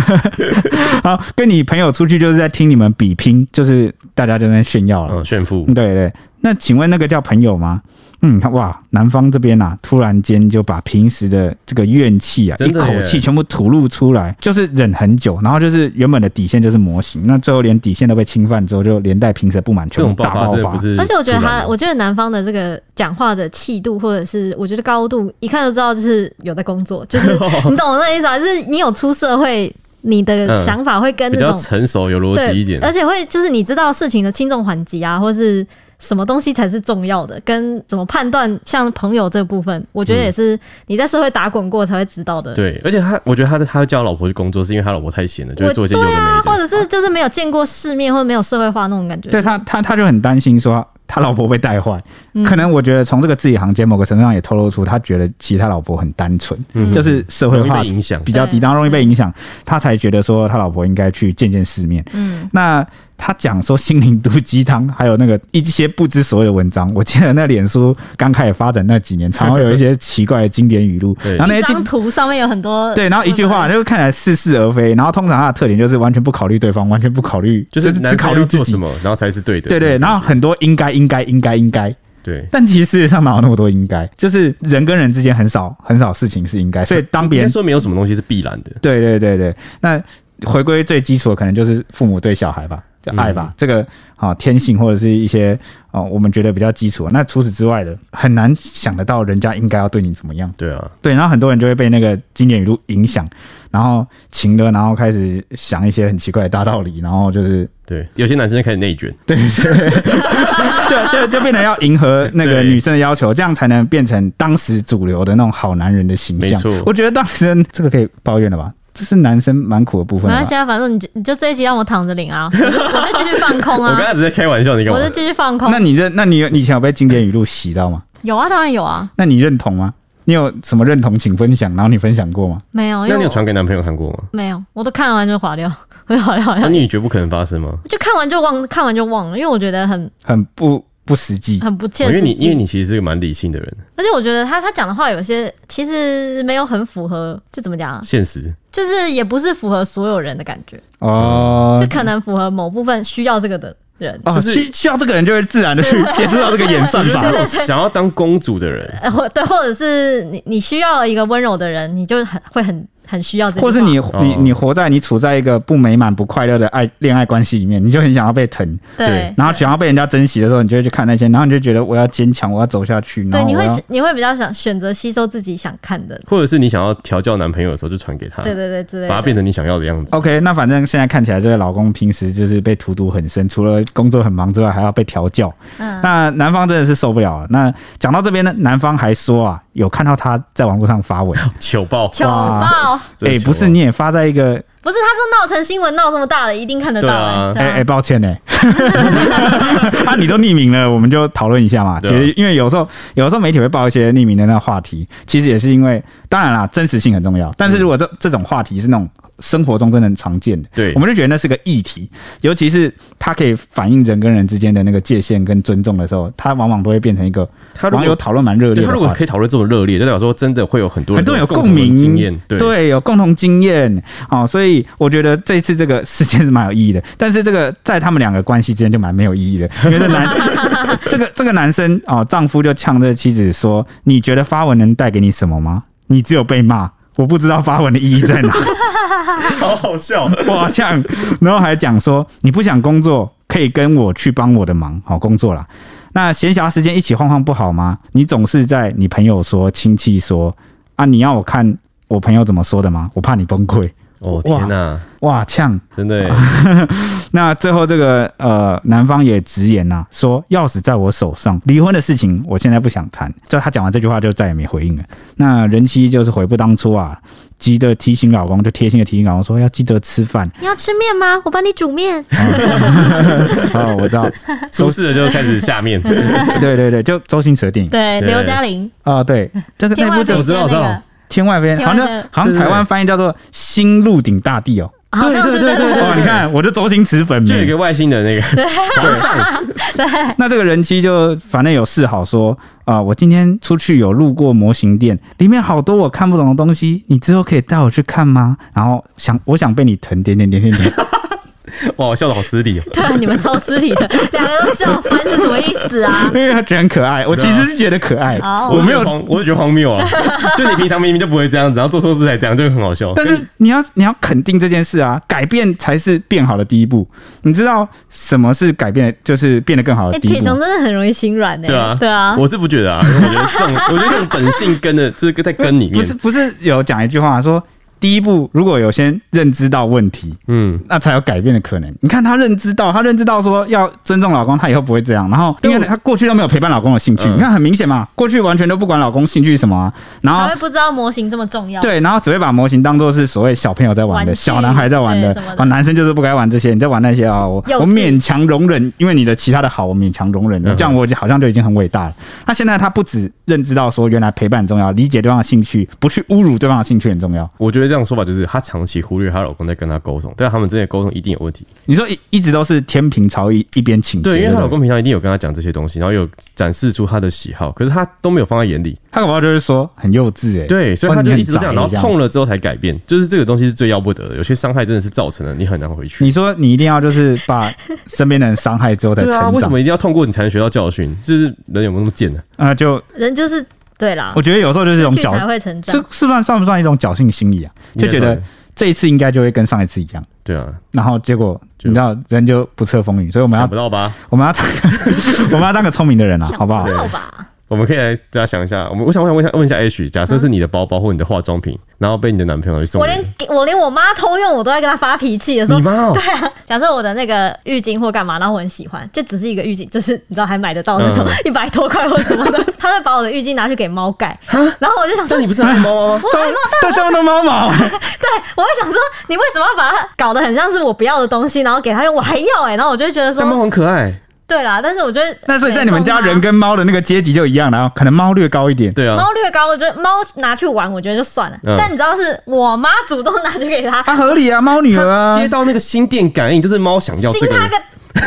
[SPEAKER 1] 好，跟你朋友出去就是在听你们比拼，就是大家在那边炫耀了。
[SPEAKER 3] 嗯，炫富
[SPEAKER 1] 对对，那请问那个叫朋友吗？嗯，哇，南方这边啊，突然间就把平时的这个怨气啊，一
[SPEAKER 3] 真的耶
[SPEAKER 1] 口气全部吐露出来，就是忍很久，然后就是原本的底线就是模型，那最后连底线都被侵犯之后，就连带平时的不满
[SPEAKER 3] 这
[SPEAKER 1] 全
[SPEAKER 3] 种
[SPEAKER 1] 部
[SPEAKER 3] 爆
[SPEAKER 1] 大
[SPEAKER 3] 发
[SPEAKER 1] 爆
[SPEAKER 3] 真的
[SPEAKER 1] 发
[SPEAKER 3] 不。是突然的，啊
[SPEAKER 2] 而且我觉得他，我觉得南方的这个讲话的气度，或者是我觉得高度，一看就知道就是有在工作，就是 你懂我那意思啊？就是你有出社会，你的
[SPEAKER 3] 嗯
[SPEAKER 2] 想法会跟
[SPEAKER 3] 比
[SPEAKER 2] 这
[SPEAKER 3] 较
[SPEAKER 2] 种、
[SPEAKER 3] 成熟有逻辑一点啊
[SPEAKER 2] 对，，而且会就是你知道事情的轻重缓急啊，或是什么东西才是重要的，跟怎么判断像朋友这部分，我觉得也是你在社会打滚过才会知道的。
[SPEAKER 3] 嗯对，而且他，我觉得他他会叫老婆去工作，是因为他老婆太闲了，就
[SPEAKER 2] 我
[SPEAKER 3] 会做一些有的
[SPEAKER 2] 对啊，
[SPEAKER 3] 没
[SPEAKER 2] 或
[SPEAKER 3] 的。
[SPEAKER 2] 者是就是没有见过世面，或者没有社会化那种感觉。
[SPEAKER 1] 对他，他他就很担心说他老婆被带坏，可能我觉得从这个字里行间某个程度上也透露出他觉得其实他老婆很单纯，
[SPEAKER 3] 嗯
[SPEAKER 1] 就是社会
[SPEAKER 3] 容易
[SPEAKER 1] 化
[SPEAKER 3] 被影响
[SPEAKER 1] 比较低，
[SPEAKER 2] 对
[SPEAKER 1] 然后容易被影响，他才觉得说他老婆应该去见见世面。
[SPEAKER 2] 嗯，
[SPEAKER 1] 那他讲说心灵毒鸡汤，还有那个一些不知所谓的文章，我记得那脸书刚开始发展那几年，常常有一些奇怪的经典语录，
[SPEAKER 3] 对
[SPEAKER 1] 然后那
[SPEAKER 2] 一
[SPEAKER 1] 些经
[SPEAKER 2] 张图上面有很多
[SPEAKER 1] 对，然后一句话就看起来似是而非，然后通常它的特点就是完全不考虑对方，完全不考虑，
[SPEAKER 3] 就
[SPEAKER 1] 只
[SPEAKER 3] 是男
[SPEAKER 1] 考
[SPEAKER 3] 生
[SPEAKER 1] 虑
[SPEAKER 3] 要
[SPEAKER 1] 自
[SPEAKER 3] 做
[SPEAKER 1] 己
[SPEAKER 3] 什。么，然后才是对的。
[SPEAKER 1] 对对，然后很多应该应该应该应该，
[SPEAKER 3] 对，
[SPEAKER 1] 但其实事实上哪有那么多应该？就是人跟人之间很少很少事情是应该，所以当别
[SPEAKER 3] 应该
[SPEAKER 1] 人
[SPEAKER 3] 说没有什么东西是必然的。
[SPEAKER 1] 对对对对，那回归最基础的可能就是父母对小孩吧，就爱吧，这个啊、哦天性或者是一些啊、哦我们觉得比较基础的。那除此之外的，很难想得到人家应该要对你怎么样。
[SPEAKER 3] 对啊，
[SPEAKER 1] 对，然后很多人就会被那个经典语录影响，然后情了，然后开始想一些很奇怪的大道理，然后就是
[SPEAKER 3] 对，有些男生就开始内卷，
[SPEAKER 1] 就就就变得要迎合那个
[SPEAKER 3] 对
[SPEAKER 1] 女生的要求，这样才能变成当时主流的那种好男人的形象。
[SPEAKER 3] 没错
[SPEAKER 1] 我觉得当时这个可以抱怨了吧，这是男生蛮苦的部分
[SPEAKER 2] 没
[SPEAKER 1] 了
[SPEAKER 2] 关
[SPEAKER 1] 吧。
[SPEAKER 2] 系啊，反正你就你就这一集让我躺着领 啊，我就我就继续放空
[SPEAKER 3] 我刚
[SPEAKER 2] 啊，
[SPEAKER 3] 才只是开玩笑，你干
[SPEAKER 2] 我
[SPEAKER 3] 嘛
[SPEAKER 2] 就？继续放空
[SPEAKER 1] 那。你认？那你有你以前有被经典语录洗到吗？
[SPEAKER 2] 有啊，当然有啊，
[SPEAKER 1] 那你认同吗？你有什么认同请分享？然后你分享过吗？
[SPEAKER 2] 没有，因
[SPEAKER 3] 那你
[SPEAKER 2] 为
[SPEAKER 3] 有
[SPEAKER 2] 我
[SPEAKER 3] 传给男朋友看过 吗？
[SPEAKER 2] 没有，我都看完就划掉， 我就划掉，划
[SPEAKER 3] 那
[SPEAKER 2] 掉
[SPEAKER 3] 你觉得不可能发生吗？
[SPEAKER 2] 就看完就忘，看完就忘了，因为我觉得很
[SPEAKER 1] 很不不实际。
[SPEAKER 2] 很不
[SPEAKER 3] 哦因
[SPEAKER 2] 切
[SPEAKER 3] 为你
[SPEAKER 2] 实哦
[SPEAKER 3] 因为
[SPEAKER 2] 际。啊
[SPEAKER 3] 你其实是个蛮理性的人，
[SPEAKER 2] 而且我觉得他他讲的话有些其实没有很符合，这怎么讲、啊？
[SPEAKER 3] 现实
[SPEAKER 2] 就是也不是符合所有人的感觉，
[SPEAKER 1] 哦
[SPEAKER 2] 就可能符合某部分需要这个的人，
[SPEAKER 1] 哦，
[SPEAKER 3] 就是
[SPEAKER 1] 需需要这个人就会自然的去 接触到这个演算
[SPEAKER 3] 就是那
[SPEAKER 1] 法。
[SPEAKER 3] 种想要当公主的人，
[SPEAKER 2] 呃，或对，或者是你你需要一个温柔的人，你就很会很很需要这句话，
[SPEAKER 1] 或是你你
[SPEAKER 3] 哦
[SPEAKER 1] 你活在你处在一个不美满不快乐的爱恋爱关系里面，你就很想要被疼，
[SPEAKER 2] 对
[SPEAKER 3] 对，
[SPEAKER 1] 然后想要被人家珍惜的时候，你就会去看那些，然后你就觉得我要坚强，我要走下去，然
[SPEAKER 2] 对，
[SPEAKER 1] 后
[SPEAKER 2] 你
[SPEAKER 1] 我
[SPEAKER 2] 会
[SPEAKER 1] 要
[SPEAKER 2] 是你会比较想选择吸收自己想看的，
[SPEAKER 3] 或者是你想要调教男朋友的时候就传给他，
[SPEAKER 2] 对对对之类
[SPEAKER 3] 把他变
[SPEAKER 2] 的。
[SPEAKER 3] 成你想要的样子。
[SPEAKER 1] OK，那反正现在看起来，这个老公平时就是被荼毒很深，除了工作很忙之外，还要被调教。
[SPEAKER 2] 嗯，
[SPEAKER 1] 那男方真的是受不了了。那讲到这边呢，男方还说啊，有看到他在网络上发 文，
[SPEAKER 3] 糗爆，
[SPEAKER 2] 糗
[SPEAKER 1] 哇
[SPEAKER 2] 爆，
[SPEAKER 3] 真的
[SPEAKER 1] 哎、
[SPEAKER 3] 糗
[SPEAKER 1] 不
[SPEAKER 3] 爆
[SPEAKER 1] 是你也发在一个，
[SPEAKER 2] 不是他都闹成新闻，闹这么大了，一定看得到
[SPEAKER 3] 对啊
[SPEAKER 2] 欸。
[SPEAKER 1] 哎哎、
[SPEAKER 2] 对啊
[SPEAKER 1] 抱歉呢、啊，你都匿名了，我们就讨论一下嘛。
[SPEAKER 3] 对
[SPEAKER 1] 觉
[SPEAKER 3] 啊
[SPEAKER 1] 得因为有时候有时候媒体会报一些匿名的那个话题，其实也是因为，当然啦，真实性很重要。但是如果这、这种话题是那种生活中真的很常见的，
[SPEAKER 3] 对
[SPEAKER 1] 我们就觉得那是个议题，尤其是它可以反映人跟人之间的那个界限跟尊重的时候，它往往都会变成一个
[SPEAKER 3] 他如
[SPEAKER 1] 网友
[SPEAKER 3] 果
[SPEAKER 1] 讨论蛮热烈
[SPEAKER 3] 对
[SPEAKER 1] 的
[SPEAKER 3] 他如果
[SPEAKER 1] 话题
[SPEAKER 3] 可以讨论这么热烈，就代表说真的会有很多
[SPEAKER 1] 很
[SPEAKER 3] 人
[SPEAKER 1] 多人有
[SPEAKER 3] 共
[SPEAKER 1] 共
[SPEAKER 3] 同的
[SPEAKER 1] 鸣
[SPEAKER 3] 经验，对
[SPEAKER 1] 对，有共同经验哦，所以我觉得这次这个事件是蛮有意义的，但是这个在他们两个关系之间就蛮没有意义的，因为这 男这个这个男生哦，丈夫就呛这个妻子说：“你觉得发文能带给你什么吗？你只有被骂。”我不知道发文的意义在哪，
[SPEAKER 3] 好好 笑。
[SPEAKER 1] 哇呛！然后还讲说你不想工作，可以跟我去帮我的忙，好工作啦。那闲暇时间一起晃晃不好吗？你总是在你朋友说、亲戚说啊，你要我看我朋友怎么说的吗？我怕你崩溃。
[SPEAKER 3] 哦天哪、
[SPEAKER 1] 哇呛！
[SPEAKER 3] 真的耶，
[SPEAKER 1] 那最后这个呃，男方也直言呐、说钥匙在我手上，离婚的事情我现在不想谈。就他讲完这句话就再也没回应了。那人妻就是悔不当初啊，急得提醒老公，就贴心的提醒老公说要记得吃饭。
[SPEAKER 2] 你要吃面吗？我帮你煮面。
[SPEAKER 1] 哦，我知道，
[SPEAKER 3] 出事了就开始 下面，
[SPEAKER 1] 对对对，就周星驰的电影
[SPEAKER 2] 对，
[SPEAKER 3] 对
[SPEAKER 2] 刘嘉玲，
[SPEAKER 1] 啊、 对，这个
[SPEAKER 2] 天
[SPEAKER 1] 那
[SPEAKER 2] 外
[SPEAKER 1] 部
[SPEAKER 2] 飞
[SPEAKER 1] 叫《
[SPEAKER 2] 仙那
[SPEAKER 3] 我知道
[SPEAKER 2] 个，
[SPEAKER 1] 天外飞仙》，
[SPEAKER 2] 天
[SPEAKER 1] 好
[SPEAKER 2] 外飞
[SPEAKER 1] 像好像台湾翻译叫做《新鹿鼎大地》哦。
[SPEAKER 2] 好像是对对
[SPEAKER 1] 哦哇，你看我就周星驰粉
[SPEAKER 3] 就有一
[SPEAKER 1] 迷。
[SPEAKER 3] 个外星人那 个，
[SPEAKER 2] 哎
[SPEAKER 1] 那这个人妻就反正有示好说啊、我今天出去有路过模型店，里面好多我看不懂的东西，你之后可以带我去看吗？然后想我想被你疼，点点点点 点。
[SPEAKER 3] 哇，我笑的好失礼哦。
[SPEAKER 2] 对啊，你们超失礼的， 两个都笑翻是什么意思 啊？
[SPEAKER 1] 因为他觉得很可爱，我其实是觉得可爱，
[SPEAKER 2] 哦
[SPEAKER 1] 我没有
[SPEAKER 3] 就觉得荒，我就觉得荒 谬啊！就你平常明明就不会这样子，然后做错事才这样，就很好笑。
[SPEAKER 1] 但是你要你要肯定这件事啊，改变才是变好的第一步。你知道什么是改变，就是变得更好
[SPEAKER 2] 哎，
[SPEAKER 1] 的第一
[SPEAKER 2] 铁
[SPEAKER 1] 步
[SPEAKER 2] 熊
[SPEAKER 1] 吗。
[SPEAKER 2] 真的很容易心软哎。
[SPEAKER 3] 对啊，
[SPEAKER 2] 对啊，
[SPEAKER 3] 我是不觉得啊，因为我觉得这 种，我觉得这种本性跟的，这个在根里
[SPEAKER 1] 不
[SPEAKER 3] 面
[SPEAKER 1] 是，不是有讲一句话说，第一步如果有先认知到问题，
[SPEAKER 3] 嗯，
[SPEAKER 1] 那才有改变的可能。你看她认知到，她认知到说要尊重老公，她以后不会这样。然后因为她过去都没有陪伴老公的兴趣，
[SPEAKER 3] 嗯
[SPEAKER 1] 你看很明显嘛，过去完全都不管老公兴趣是什么啊、然后
[SPEAKER 2] 还会不知道模型这么重要。
[SPEAKER 1] 对，然后只会把模型当做是所谓小朋友在玩的，
[SPEAKER 2] 玩具
[SPEAKER 1] 小男孩在玩的
[SPEAKER 2] 对什么，的
[SPEAKER 1] 哦，男生就是不该玩这些，你在玩那些啊、我
[SPEAKER 2] 幼稚
[SPEAKER 1] 我勉强容忍，因为你的其他的好，我勉强容忍，
[SPEAKER 3] 嗯
[SPEAKER 1] 这样我就好像就已经很伟大了。那现在他不止认知到说原来陪伴很重要，理解对方的兴趣，不去侮辱对方的兴趣很重要。
[SPEAKER 3] 我觉得这样说法就是她长期忽略她老公在跟她沟通，但他们之间的沟通一定有问题。
[SPEAKER 1] 你说一一直都是天平朝一一边倾斜的
[SPEAKER 3] 对，
[SPEAKER 1] 这种，
[SPEAKER 3] 因为她老公平常一定有跟她讲这些东西，然后有展示出她的喜好，可是她都没有放在眼里。
[SPEAKER 1] 他搞不好就是说很幼稚哎、欸，
[SPEAKER 3] 对，所以
[SPEAKER 1] 哇
[SPEAKER 3] 她
[SPEAKER 1] 你
[SPEAKER 3] 就
[SPEAKER 1] 很
[SPEAKER 3] 一直都这样，
[SPEAKER 1] 宅
[SPEAKER 3] 然后
[SPEAKER 1] 欸
[SPEAKER 3] 痛了之后才改变，就是这个东西是最要不得的。有些伤害真的是造成了，你很难回去
[SPEAKER 1] 你。说你一定要就是把身边的人伤害之后再成
[SPEAKER 3] 对啊，为什
[SPEAKER 1] 长，
[SPEAKER 3] 么一定要痛过你才能学到教训？就是人有没有那么贱呢、
[SPEAKER 1] 啊、就
[SPEAKER 2] 人就是对啦
[SPEAKER 1] 我，觉得有时候就是一种
[SPEAKER 2] 失去
[SPEAKER 1] 侥
[SPEAKER 2] 才会成
[SPEAKER 1] 是
[SPEAKER 2] 长。
[SPEAKER 1] 是算算不算一种侥幸心理啊？就觉得这一次应该就会跟上一次一样，
[SPEAKER 3] 对啊，
[SPEAKER 1] 然后结果
[SPEAKER 3] 就
[SPEAKER 1] 你知道人就不测风云，所以我们
[SPEAKER 3] 想
[SPEAKER 1] 要
[SPEAKER 3] 不到吧？
[SPEAKER 1] 我们要当我们要当个聪明的人啊，好不好
[SPEAKER 2] 想？到吧？
[SPEAKER 3] 我们可以来大家想一下，我们我想我想问一下问一下 H，假设是你的包包或你的化妆品，然后被你的男朋友送
[SPEAKER 2] 我
[SPEAKER 3] 给
[SPEAKER 2] 连
[SPEAKER 3] 你，
[SPEAKER 2] 我连我妈偷用，我都在跟她发脾气的时候
[SPEAKER 3] 你，妈哦、
[SPEAKER 2] 假设我的那个浴巾或干嘛，然后我很喜欢，就只是一个浴巾，就是你知道还买得到那种
[SPEAKER 3] 嗯
[SPEAKER 2] 一百多块或什么的， 他会把我的浴巾拿去给猫盖，然后我就想说
[SPEAKER 3] 但，你不是爱猫妈吗？
[SPEAKER 1] 上但上面的猫毛，
[SPEAKER 2] 对，我会想说，你为什么要把它搞得很像是我不要的东西，然后给他用，我还要哎、欸，然后我就会觉得
[SPEAKER 3] 但猫
[SPEAKER 2] 说，
[SPEAKER 3] 很可爱，
[SPEAKER 2] 对啦，但是我觉得
[SPEAKER 1] 那所以在你们家
[SPEAKER 2] 没送
[SPEAKER 1] 人跟嗯猫的那个阶级就一样了，然后可能猫略高一点。
[SPEAKER 3] 对啊，
[SPEAKER 2] 猫略高，我觉得猫拿去玩，我觉得就算了，
[SPEAKER 3] 嗯
[SPEAKER 2] 但你知道是我妈主动拿去给他，
[SPEAKER 1] 啊，合理啊，猫女儿啊
[SPEAKER 3] 它，接到那个心电感应，就是猫想要这
[SPEAKER 2] 亲
[SPEAKER 3] 个
[SPEAKER 2] 他。个。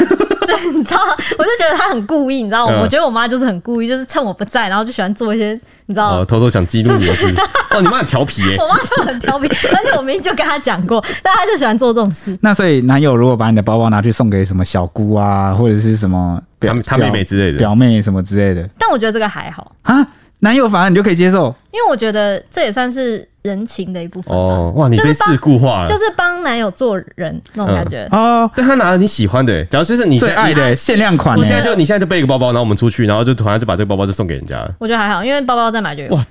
[SPEAKER 2] 这你知道，我就觉得他很故意，你知道，
[SPEAKER 3] 嗯
[SPEAKER 2] 我觉得我妈就是很故意，就是趁我不在，然后就喜欢做一些，你知道
[SPEAKER 3] 哦，，偷偷想激怒你的事。哦，你妈很调皮 耶、
[SPEAKER 2] 我妈就很调皮，而且我明明就跟她讲过，但她就喜欢做这种事。
[SPEAKER 1] 那所以男友如果把你的包包拿去送给什么小姑啊，或者是什么表
[SPEAKER 3] 他他妹妹之类的
[SPEAKER 1] 表妹什么之类的
[SPEAKER 2] 但我觉得这个还好，
[SPEAKER 1] 啊，男友反而你就可以接受，
[SPEAKER 2] 因为我觉得这也算是人情的一部分吧、
[SPEAKER 3] 哦，哇，你
[SPEAKER 2] 就是
[SPEAKER 3] 被
[SPEAKER 2] 帮
[SPEAKER 3] 事故化了，
[SPEAKER 2] 就是帮男友做人那种感觉。
[SPEAKER 1] 哦，
[SPEAKER 3] 但他拿了你喜欢的、欸，假如就是你
[SPEAKER 1] 最爱的欸限量款
[SPEAKER 3] 你
[SPEAKER 1] 欸，
[SPEAKER 3] 现在就你现在就背一个包包，然后我们出去，然后就突然就把这个包包就送给人家了。
[SPEAKER 2] 我觉得还好，因为包包再买就有。
[SPEAKER 3] 哇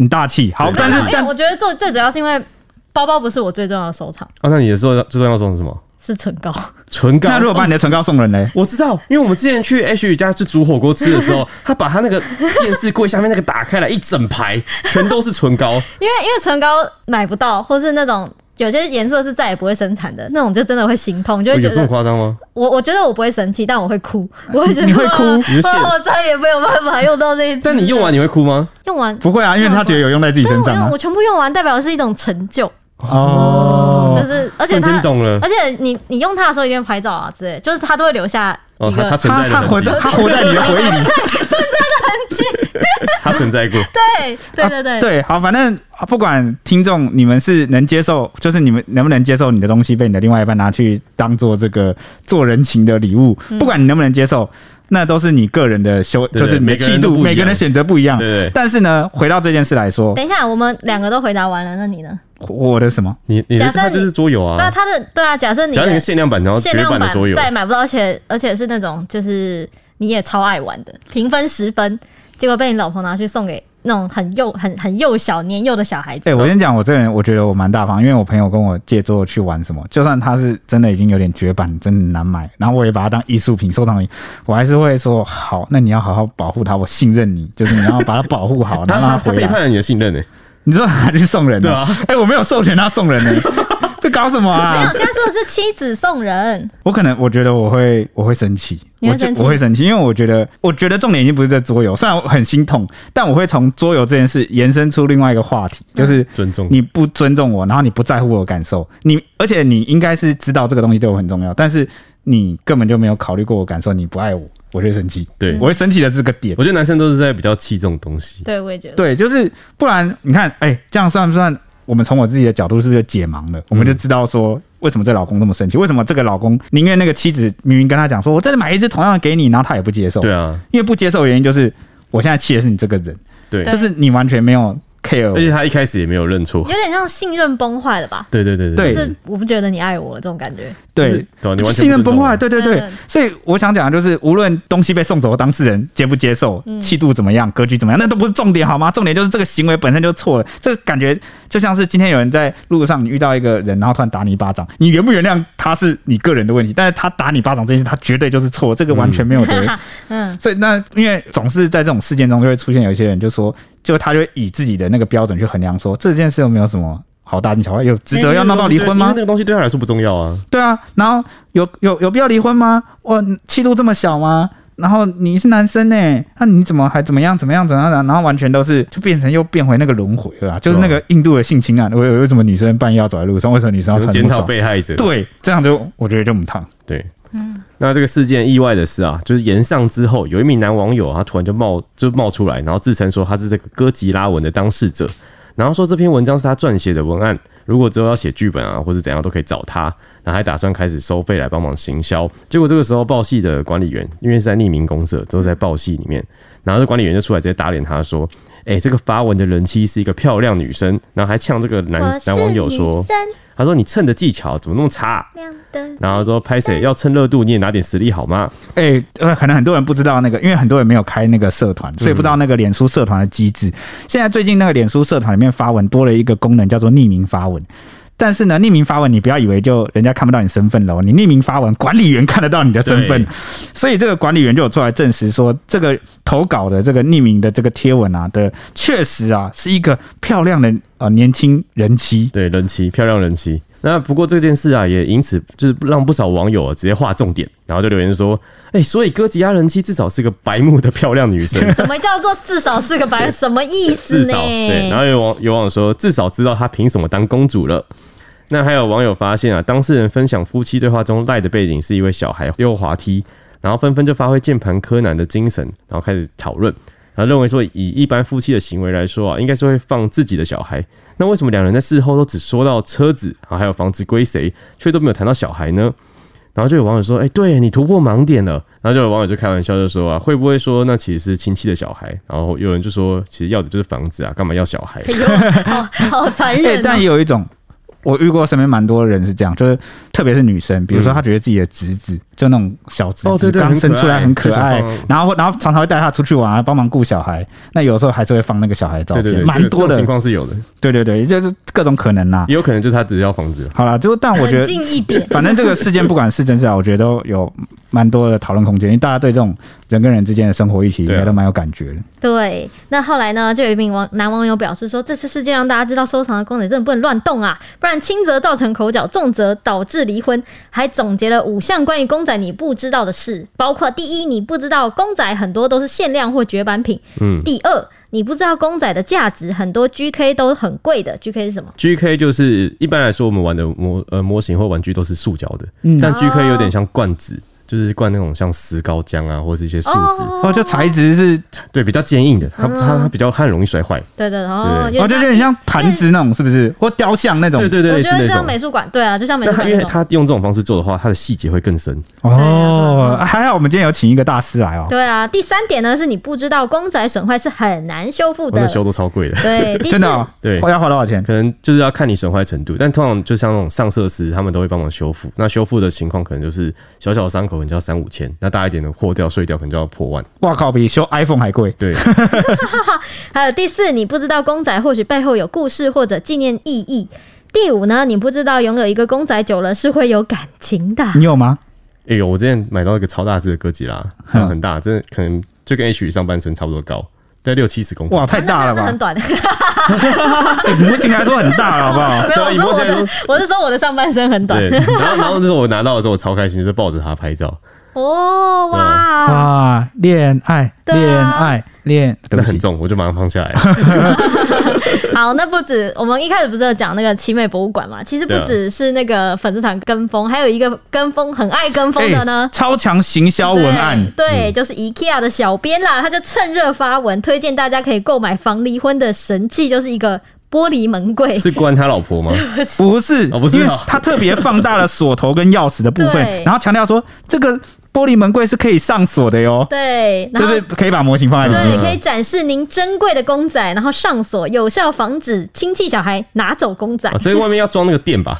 [SPEAKER 1] 你大气好，
[SPEAKER 3] 对
[SPEAKER 1] 但是
[SPEAKER 2] 因为
[SPEAKER 1] 但
[SPEAKER 2] 我觉得最最主要是因为包包不是我最重要的收藏，
[SPEAKER 3] 哦，那你的最最重要送的是什么？
[SPEAKER 2] 是唇膏。
[SPEAKER 3] 唇膏。
[SPEAKER 1] 那如果把你的唇膏送人嘞？
[SPEAKER 3] 我知道，因为我们之前去 H 家去煮火锅吃的时 候，他把他那个电视柜下面那个打开来，一整排全都是唇膏。
[SPEAKER 2] 因为因为唇膏买不到，或是那种有些颜色是再也不会生产的，那种就真的会心痛，就
[SPEAKER 3] 哦有
[SPEAKER 2] 会觉
[SPEAKER 3] 这么
[SPEAKER 2] 得
[SPEAKER 3] 夸张吗？
[SPEAKER 2] 我我觉得我不会生气，但我会哭，我会觉得
[SPEAKER 1] 你会哭
[SPEAKER 2] 哇
[SPEAKER 3] 你就谢了
[SPEAKER 2] 我再也没有办法用到那一次。
[SPEAKER 3] 但你用完你会哭吗？
[SPEAKER 2] 用完，
[SPEAKER 1] 不会啊，因为他觉得有用在自己
[SPEAKER 2] 但
[SPEAKER 1] 身
[SPEAKER 2] 是我
[SPEAKER 1] 上
[SPEAKER 2] 用
[SPEAKER 1] 啊
[SPEAKER 2] 我。全部用完，代表是一种成就，
[SPEAKER 1] 哦
[SPEAKER 2] 就，是而且
[SPEAKER 3] 瞬间
[SPEAKER 2] 它。
[SPEAKER 3] 懂了
[SPEAKER 2] 而。且你你用它的时候一定会拍照啊之类，就是它都会留下
[SPEAKER 3] 哦
[SPEAKER 2] 一，个、
[SPEAKER 3] 他他存
[SPEAKER 1] 他
[SPEAKER 3] 在
[SPEAKER 1] 他
[SPEAKER 3] 的
[SPEAKER 1] 活
[SPEAKER 3] 痕迹
[SPEAKER 1] 在，他活在你的回忆里。
[SPEAKER 3] 他存 在过。
[SPEAKER 2] 对对对
[SPEAKER 1] 啊
[SPEAKER 2] 对，
[SPEAKER 1] 对，好，反正不管听众你们是能接受，就是你们能不能接受你的东西被你的另外一半拿去当做这个做人情的礼物，不管你能不能接受，那都是你个人的修，
[SPEAKER 3] 对
[SPEAKER 1] 就
[SPEAKER 3] 对
[SPEAKER 1] 是你的
[SPEAKER 3] 每个人
[SPEAKER 1] 气
[SPEAKER 3] 都
[SPEAKER 1] 度，
[SPEAKER 3] 不一样
[SPEAKER 1] 每个人的选择不一样
[SPEAKER 3] 对。对，对
[SPEAKER 1] 但是呢，回到这件事来说，
[SPEAKER 2] 等一下我们两个都回答完了，那你呢？
[SPEAKER 1] 我的什么？
[SPEAKER 3] 你你
[SPEAKER 2] 假设
[SPEAKER 3] 他就是
[SPEAKER 2] 你
[SPEAKER 3] 桌游
[SPEAKER 2] 对啊，
[SPEAKER 3] 啊，
[SPEAKER 2] 它的对啊，假设你
[SPEAKER 3] 假如你
[SPEAKER 2] 的
[SPEAKER 3] 是限量版，然后绝
[SPEAKER 2] 限量
[SPEAKER 3] 版的桌游，
[SPEAKER 2] 再也买不到，而且而且是那种就是你也超爱玩的，评分十分，结果被你老婆拿去送给那种很幼很很幼小年幼的小孩子。哦
[SPEAKER 1] 哎、我先讲，我这个人我觉得我蛮大方，因为我朋友跟我借桌去玩什么，就算他是真的已经有点绝版，真的难买，然后我也把它当艺术品收藏品，我还是会说好，那你要好好保护它，我信任你，就是你要把它保护 好，然
[SPEAKER 3] 他
[SPEAKER 1] 后让它
[SPEAKER 3] 他他
[SPEAKER 1] 回
[SPEAKER 3] 背
[SPEAKER 1] 来。
[SPEAKER 3] 叛了你的信任欸呢、
[SPEAKER 1] 你知道他去送人、
[SPEAKER 3] 对啊，
[SPEAKER 1] 哎、我没有授权他送人呢、 这搞什么
[SPEAKER 2] 没有，
[SPEAKER 1] 啊？
[SPEAKER 2] 现在说的是妻子送人，
[SPEAKER 1] 我可能我觉得我会我会生气，
[SPEAKER 2] 你
[SPEAKER 1] 我
[SPEAKER 2] 会
[SPEAKER 1] 就
[SPEAKER 2] 生气
[SPEAKER 1] 我会生气，因为我觉得我觉得重点已经不是在桌游，虽然我很心痛，但我会从桌游这件事延伸出另外一个话
[SPEAKER 2] 嗯
[SPEAKER 1] 题，就是
[SPEAKER 3] 尊重
[SPEAKER 1] 你不尊重我，然后你不在乎我的感受，你而且你应该是知道这个东西对我很重要，但是你根本就没有考虑过我感受，你不爱我，我就会生气，
[SPEAKER 3] 对
[SPEAKER 1] 我会生气的这个点。
[SPEAKER 3] 我觉得男生都是在比较气这种东 西。
[SPEAKER 2] 对我也觉得。
[SPEAKER 1] 对，就是不然你看，哎、这样算不算？我们从我自己的角度是不是就解盲
[SPEAKER 3] 嗯
[SPEAKER 1] 了？我们就知道说，为什么这老公这么生气？为什么这个老公宁愿那个妻子明明跟他讲说，我再买一只同样的给你，然后他也不接受？
[SPEAKER 3] 对，啊，
[SPEAKER 1] 因为不接受的原因就是我现在气的是你这个人，
[SPEAKER 3] 对，
[SPEAKER 2] 对
[SPEAKER 1] 就是你完全没有 care
[SPEAKER 3] 而且
[SPEAKER 1] 我。
[SPEAKER 3] 他一开始也没有认错。
[SPEAKER 2] 有点像信任崩坏了吧？
[SPEAKER 3] 对对对
[SPEAKER 1] 对
[SPEAKER 2] 就是我不觉得你爱我了这种感觉。
[SPEAKER 1] 对，
[SPEAKER 3] 对啊，你完全不
[SPEAKER 1] 信任
[SPEAKER 3] 尊重
[SPEAKER 1] 崩坏，
[SPEAKER 3] 我
[SPEAKER 1] 对对对
[SPEAKER 2] 嗯。
[SPEAKER 1] 所以我想讲的就是，无论东西被送走的当事人接不接受，气度怎么样，格局怎么样，那都不是重点好吗？重点就是这个行为本身就错了。这个感觉就像是今天有人在路上，你遇到一个人，然后突然打你一巴掌，你原不原谅他是你个人的问题，但是他打你巴掌这件事，他绝对就是错，这个完全没有得。
[SPEAKER 2] 嗯，
[SPEAKER 1] 所以那因为总是在这种事件中，就会出现有一些人就说，就他就会以自己的那个标准去衡量说，这件事有没有什么好大惊小怪，有值得要闹到离婚
[SPEAKER 3] 因
[SPEAKER 1] 吗
[SPEAKER 3] 为那？个东西对他来说不重要啊。
[SPEAKER 1] 对啊，然后有有有必要离婚吗？哇，气度这么小吗？然后你是男生呢、欸那、你怎么还怎么样怎么样怎么样？然后完全都是就变成又变回那个轮回了啊，就是那个印度的性侵案，为为什么女生半夜要走在路上？为什么女生要
[SPEAKER 3] 只能
[SPEAKER 1] 穿
[SPEAKER 3] 检
[SPEAKER 1] 那
[SPEAKER 3] 讨
[SPEAKER 1] 种？
[SPEAKER 3] 被害者。
[SPEAKER 1] 对，这样就我觉得就母烫。
[SPEAKER 3] 对，那这个事件意外的是啊，就是延上之后，有一名男网友他突然就冒就冒出来，然后自称说他是这个哥吉拉文的当事者，然后说这篇文章是他撰写的文案，如果之后要写剧本啊或是怎样都可以找他，然后还打算开始收费来帮忙行销。结果这个时候报系的管理员，因为是在匿名公社，都在报系里面，然后这管理员就出来直接打脸他说：“哎、这个发文的人妻是一个漂亮女生。”然后还呛这个男
[SPEAKER 2] 我是
[SPEAKER 3] 男网友
[SPEAKER 2] 女
[SPEAKER 3] 说哎
[SPEAKER 2] 生
[SPEAKER 3] 他说你蹭的技巧怎么那么差啊、
[SPEAKER 2] 亮的，
[SPEAKER 3] 然后说拍谁要蹭热度，你也拿点实力好吗？
[SPEAKER 1] 哎、呃，可能很多人不知道那个，因为很多人没有开那个社团，所以不知道那个脸书社团的机制。现在最近那个脸书社团里面发文多了一个功能，叫做匿名发文。但是呢，匿名发文你不要以为就人家看不到你身份了哦，你匿名发文，管理员看得到你的身份
[SPEAKER 3] 对，
[SPEAKER 1] 所以这个管理员就有出来证实说，这个投稿的这个匿名的这个贴文啊的，确实啊是一个漂亮的呃年轻人妻，
[SPEAKER 3] 对，人妻，漂亮人妻。那不过这件事啊，也因此就是让不少网友啊直接划重点，然后就留言说：“哎、所以哥吉拉人妻至少是个白目的漂亮女生，
[SPEAKER 2] 什么叫做至少是个白？什么意思呢？
[SPEAKER 3] 至少对。”然后有网有网友说：“至少知道她凭什么当公主了。”那还有网友发现啊，当事人分享夫妻对话中赖的背景是一位小孩溜滑梯，然后纷纷就发挥键盘柯南的精神，然后开始讨论，然后认为说以一般夫妻的行为来说啊，应该是会放自己的小孩，那为什么两人在事后都只说到车子啊，还有房子归谁，却都没有谈到小孩呢？然后就有网友说，哎、对你突破盲点了。然后就有网友就开玩笑就说啊，会不会说那其实是亲戚的小孩？然后有人就说，其实要的就是房子啊，干嘛要小孩？
[SPEAKER 2] 哎呦，好好残
[SPEAKER 1] 哎、
[SPEAKER 2] 忍、
[SPEAKER 1] 但
[SPEAKER 2] 哦
[SPEAKER 1] 也有一种，我遇过身边蛮多人是这样，就是特别是女生，比如说她觉得自己的侄子、就那种小侄
[SPEAKER 3] 嗯哦对
[SPEAKER 1] 子
[SPEAKER 3] 对
[SPEAKER 1] 刚
[SPEAKER 3] 很可
[SPEAKER 1] 生出来
[SPEAKER 3] 爱
[SPEAKER 1] 很可
[SPEAKER 3] 就嗯想
[SPEAKER 1] 爱
[SPEAKER 3] 帮，
[SPEAKER 1] 然后然后常常会带他出去玩啊，帮忙顾小孩，那有时候还是会放那个小孩的照
[SPEAKER 3] 对对
[SPEAKER 1] 片，
[SPEAKER 3] 对，
[SPEAKER 1] 蛮
[SPEAKER 3] 这个这
[SPEAKER 1] 多
[SPEAKER 3] 种
[SPEAKER 1] 的
[SPEAKER 3] 情，况是有的，
[SPEAKER 1] 对对对，就是各种可能啦、
[SPEAKER 3] 也有可能就是他只是要房子。
[SPEAKER 1] 好啦，就但我觉
[SPEAKER 2] 冷
[SPEAKER 1] 得。
[SPEAKER 2] 静一点。
[SPEAKER 1] 反正这个事件不管是真是假，我觉得都有蛮多的讨论空间，因为大家对这种人跟人之间的生活议题应
[SPEAKER 3] 对啊
[SPEAKER 1] 该都蛮有感觉的。
[SPEAKER 2] 对，那后来呢，就有一名网男网友表示说，这次事件让大家知道收藏的公仔真的不能乱动啊，不然轻则造成口角，重则导致离婚。还总结了五项关于公仔你不知道的事，包括第一，你不知道公仔很多都是限量或绝版品；
[SPEAKER 3] 嗯
[SPEAKER 2] 第二，你不知道公仔的价值，很多 GK 都很贵的。GK 是什么？
[SPEAKER 3] G K 就是一般来说我们玩的模呃模型或玩具都是塑胶的，
[SPEAKER 1] 嗯
[SPEAKER 3] 但 G
[SPEAKER 2] 哦
[SPEAKER 3] K 有点像罐子，就是灌那种像石膏浆啊，或是一些树脂，
[SPEAKER 1] 哦，就材质是，
[SPEAKER 3] 对，比较坚硬的，它它它比较它很容易摔坏。
[SPEAKER 2] 对对，
[SPEAKER 3] 对
[SPEAKER 2] 哦，
[SPEAKER 1] 哦，就有点像盘子那种，是不是？或雕像那种？
[SPEAKER 3] 对对对，
[SPEAKER 2] 我
[SPEAKER 3] 类
[SPEAKER 2] 觉
[SPEAKER 3] 似
[SPEAKER 2] 得
[SPEAKER 3] 那
[SPEAKER 2] 像
[SPEAKER 3] 种。
[SPEAKER 2] 美术馆，对啊，就像美
[SPEAKER 3] 但
[SPEAKER 2] 术
[SPEAKER 3] 它
[SPEAKER 2] 馆
[SPEAKER 3] 因
[SPEAKER 2] 那
[SPEAKER 3] 为
[SPEAKER 2] 种。
[SPEAKER 3] 它用这种方式做的话，它的细节会更深。
[SPEAKER 1] 哦，
[SPEAKER 2] 啊对啊
[SPEAKER 1] 还好我们今天有请一个大师来哦。
[SPEAKER 2] 对啊，第三点呢是你不知道公仔损坏是很难修复
[SPEAKER 3] 我
[SPEAKER 2] 的
[SPEAKER 3] 那。修都超贵的，
[SPEAKER 2] 对，第四
[SPEAKER 1] 真的、哦，
[SPEAKER 3] 对
[SPEAKER 1] 要花多少钱？
[SPEAKER 3] 可能就是要看你损坏程度。但通常就像那种上色师，他们都会帮忙修复。那修复的情况可能就是小小的伤口，可能就要三五千；那大一点的破掉、碎掉，可能就要破万。
[SPEAKER 1] 哇靠，比修 iPhone 还贵。
[SPEAKER 3] 对，
[SPEAKER 2] 还有第四，你不知道公仔或许背后有故事或者纪念意义。第五呢，你不知道拥有一个公仔久了是会有感情的。
[SPEAKER 1] 你有吗？
[SPEAKER 3] 哎呦，我之前买到一个超大只的哥吉 拉，
[SPEAKER 1] 嗯
[SPEAKER 3] 很大，真的可能就跟 H 上半身差不多高，在六七十公分。
[SPEAKER 1] 哇，太大了
[SPEAKER 2] 啊那那
[SPEAKER 1] 吧
[SPEAKER 2] 很？短。
[SPEAKER 1] 哎模型来说很大了，好不好？
[SPEAKER 2] 没有，我
[SPEAKER 3] 以
[SPEAKER 2] 说
[SPEAKER 3] 目
[SPEAKER 2] 我
[SPEAKER 3] 前
[SPEAKER 2] 的，我是说我的上半身很短
[SPEAKER 3] 对，。然后然后那时候我拿到的时候，我超开心，就是抱着它拍照，
[SPEAKER 2] 哦，哇，
[SPEAKER 1] 哇，恋爱，
[SPEAKER 2] 对啊
[SPEAKER 1] 恋爱，恋，对
[SPEAKER 3] 那
[SPEAKER 1] 不
[SPEAKER 3] 很
[SPEAKER 1] 起，
[SPEAKER 3] 重，我就马上放下来。
[SPEAKER 2] 好，那不止我们一开始不是有讲那个奇美博物馆嘛？其实不
[SPEAKER 3] 对啊
[SPEAKER 2] 只是那个粉丝团跟风，还有一个跟风很爱跟风的
[SPEAKER 1] 哎
[SPEAKER 2] 呢。
[SPEAKER 1] 超强行销文案，嗯
[SPEAKER 2] 对，对就是 IKEA 的小编啦，他就趁热发文，推荐大家可以购买防离婚的神器，就是一个玻璃门柜。
[SPEAKER 3] 是关他老婆吗？
[SPEAKER 1] 不是，
[SPEAKER 3] 哦不是啊
[SPEAKER 1] 因为他特别放大了锁头跟钥匙的部
[SPEAKER 2] 对
[SPEAKER 1] 分，然后强调说这个玻璃门柜是可以上锁的哟，
[SPEAKER 2] 对，然
[SPEAKER 1] 就
[SPEAKER 2] 后
[SPEAKER 1] 是嗯可以把模型放在里面。
[SPEAKER 2] 对，可以展示您珍贵的公仔，然后上锁，有效防止亲戚小孩拿走公仔
[SPEAKER 3] 啊，。这外面要装那个电吧？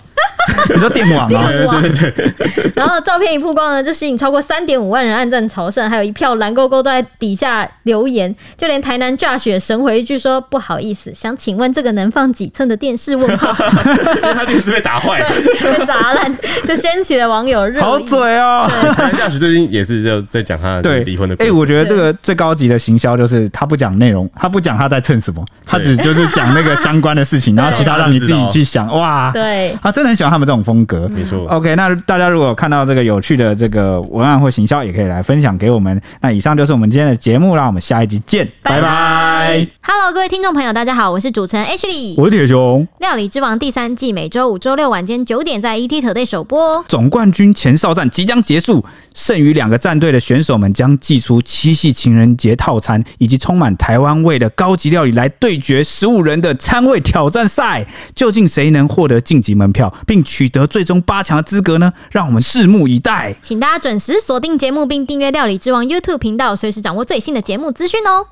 [SPEAKER 1] 你说电网 吗？
[SPEAKER 2] 哇！ 然后照片一曝光呢，就吸引超过三点五万人按赞朝圣，还有一票蓝勾勾都在底下留言，就连台南 Josh 也神回一句说：“不好意思，想请问这个能放几寸的电视？” 问号
[SPEAKER 3] 因为他电视被打坏。
[SPEAKER 2] 被砸烂，就掀起了网友热议。
[SPEAKER 1] 好嘴哦。
[SPEAKER 3] 台南大学最近也是就在讲他
[SPEAKER 1] 对
[SPEAKER 3] 离婚的故
[SPEAKER 1] 哎、
[SPEAKER 3] 事。
[SPEAKER 1] 我觉得这个最高级的行销就是他不讲内容，他不讲他在蹭什么，他只就是讲那个相关的事 情，然后其他让你自己去想。哇，
[SPEAKER 2] 对
[SPEAKER 1] 他真的很喜欢他们这种风格。
[SPEAKER 3] 没错，
[SPEAKER 1] OK，那大家如果有看到这个有趣的这个文案或行销，也可以来分享给我们。那以上就是我们今天的节目啦，我们下一集见，拜拜。
[SPEAKER 2] Hello，各位听众朋友，大家好，我是主持人 Ashley。《
[SPEAKER 1] 我是铁熊，
[SPEAKER 2] 料理之王》第三季每周五、周六晚间九点在 ET Today 首播哦。
[SPEAKER 1] 总冠军前哨战即将结束，剩余两个战队的选手们将祭出七夕情人节套餐以及充满台湾味的高级料理来对决十五人的餐位挑战赛。究竟谁能获得晋级门票，并取得最终八强的资格呢？让我们拭目以待。
[SPEAKER 2] 请大家准时锁定节目，并订阅《料理之王》YouTube 频道，随时掌握最新的节目资讯哦。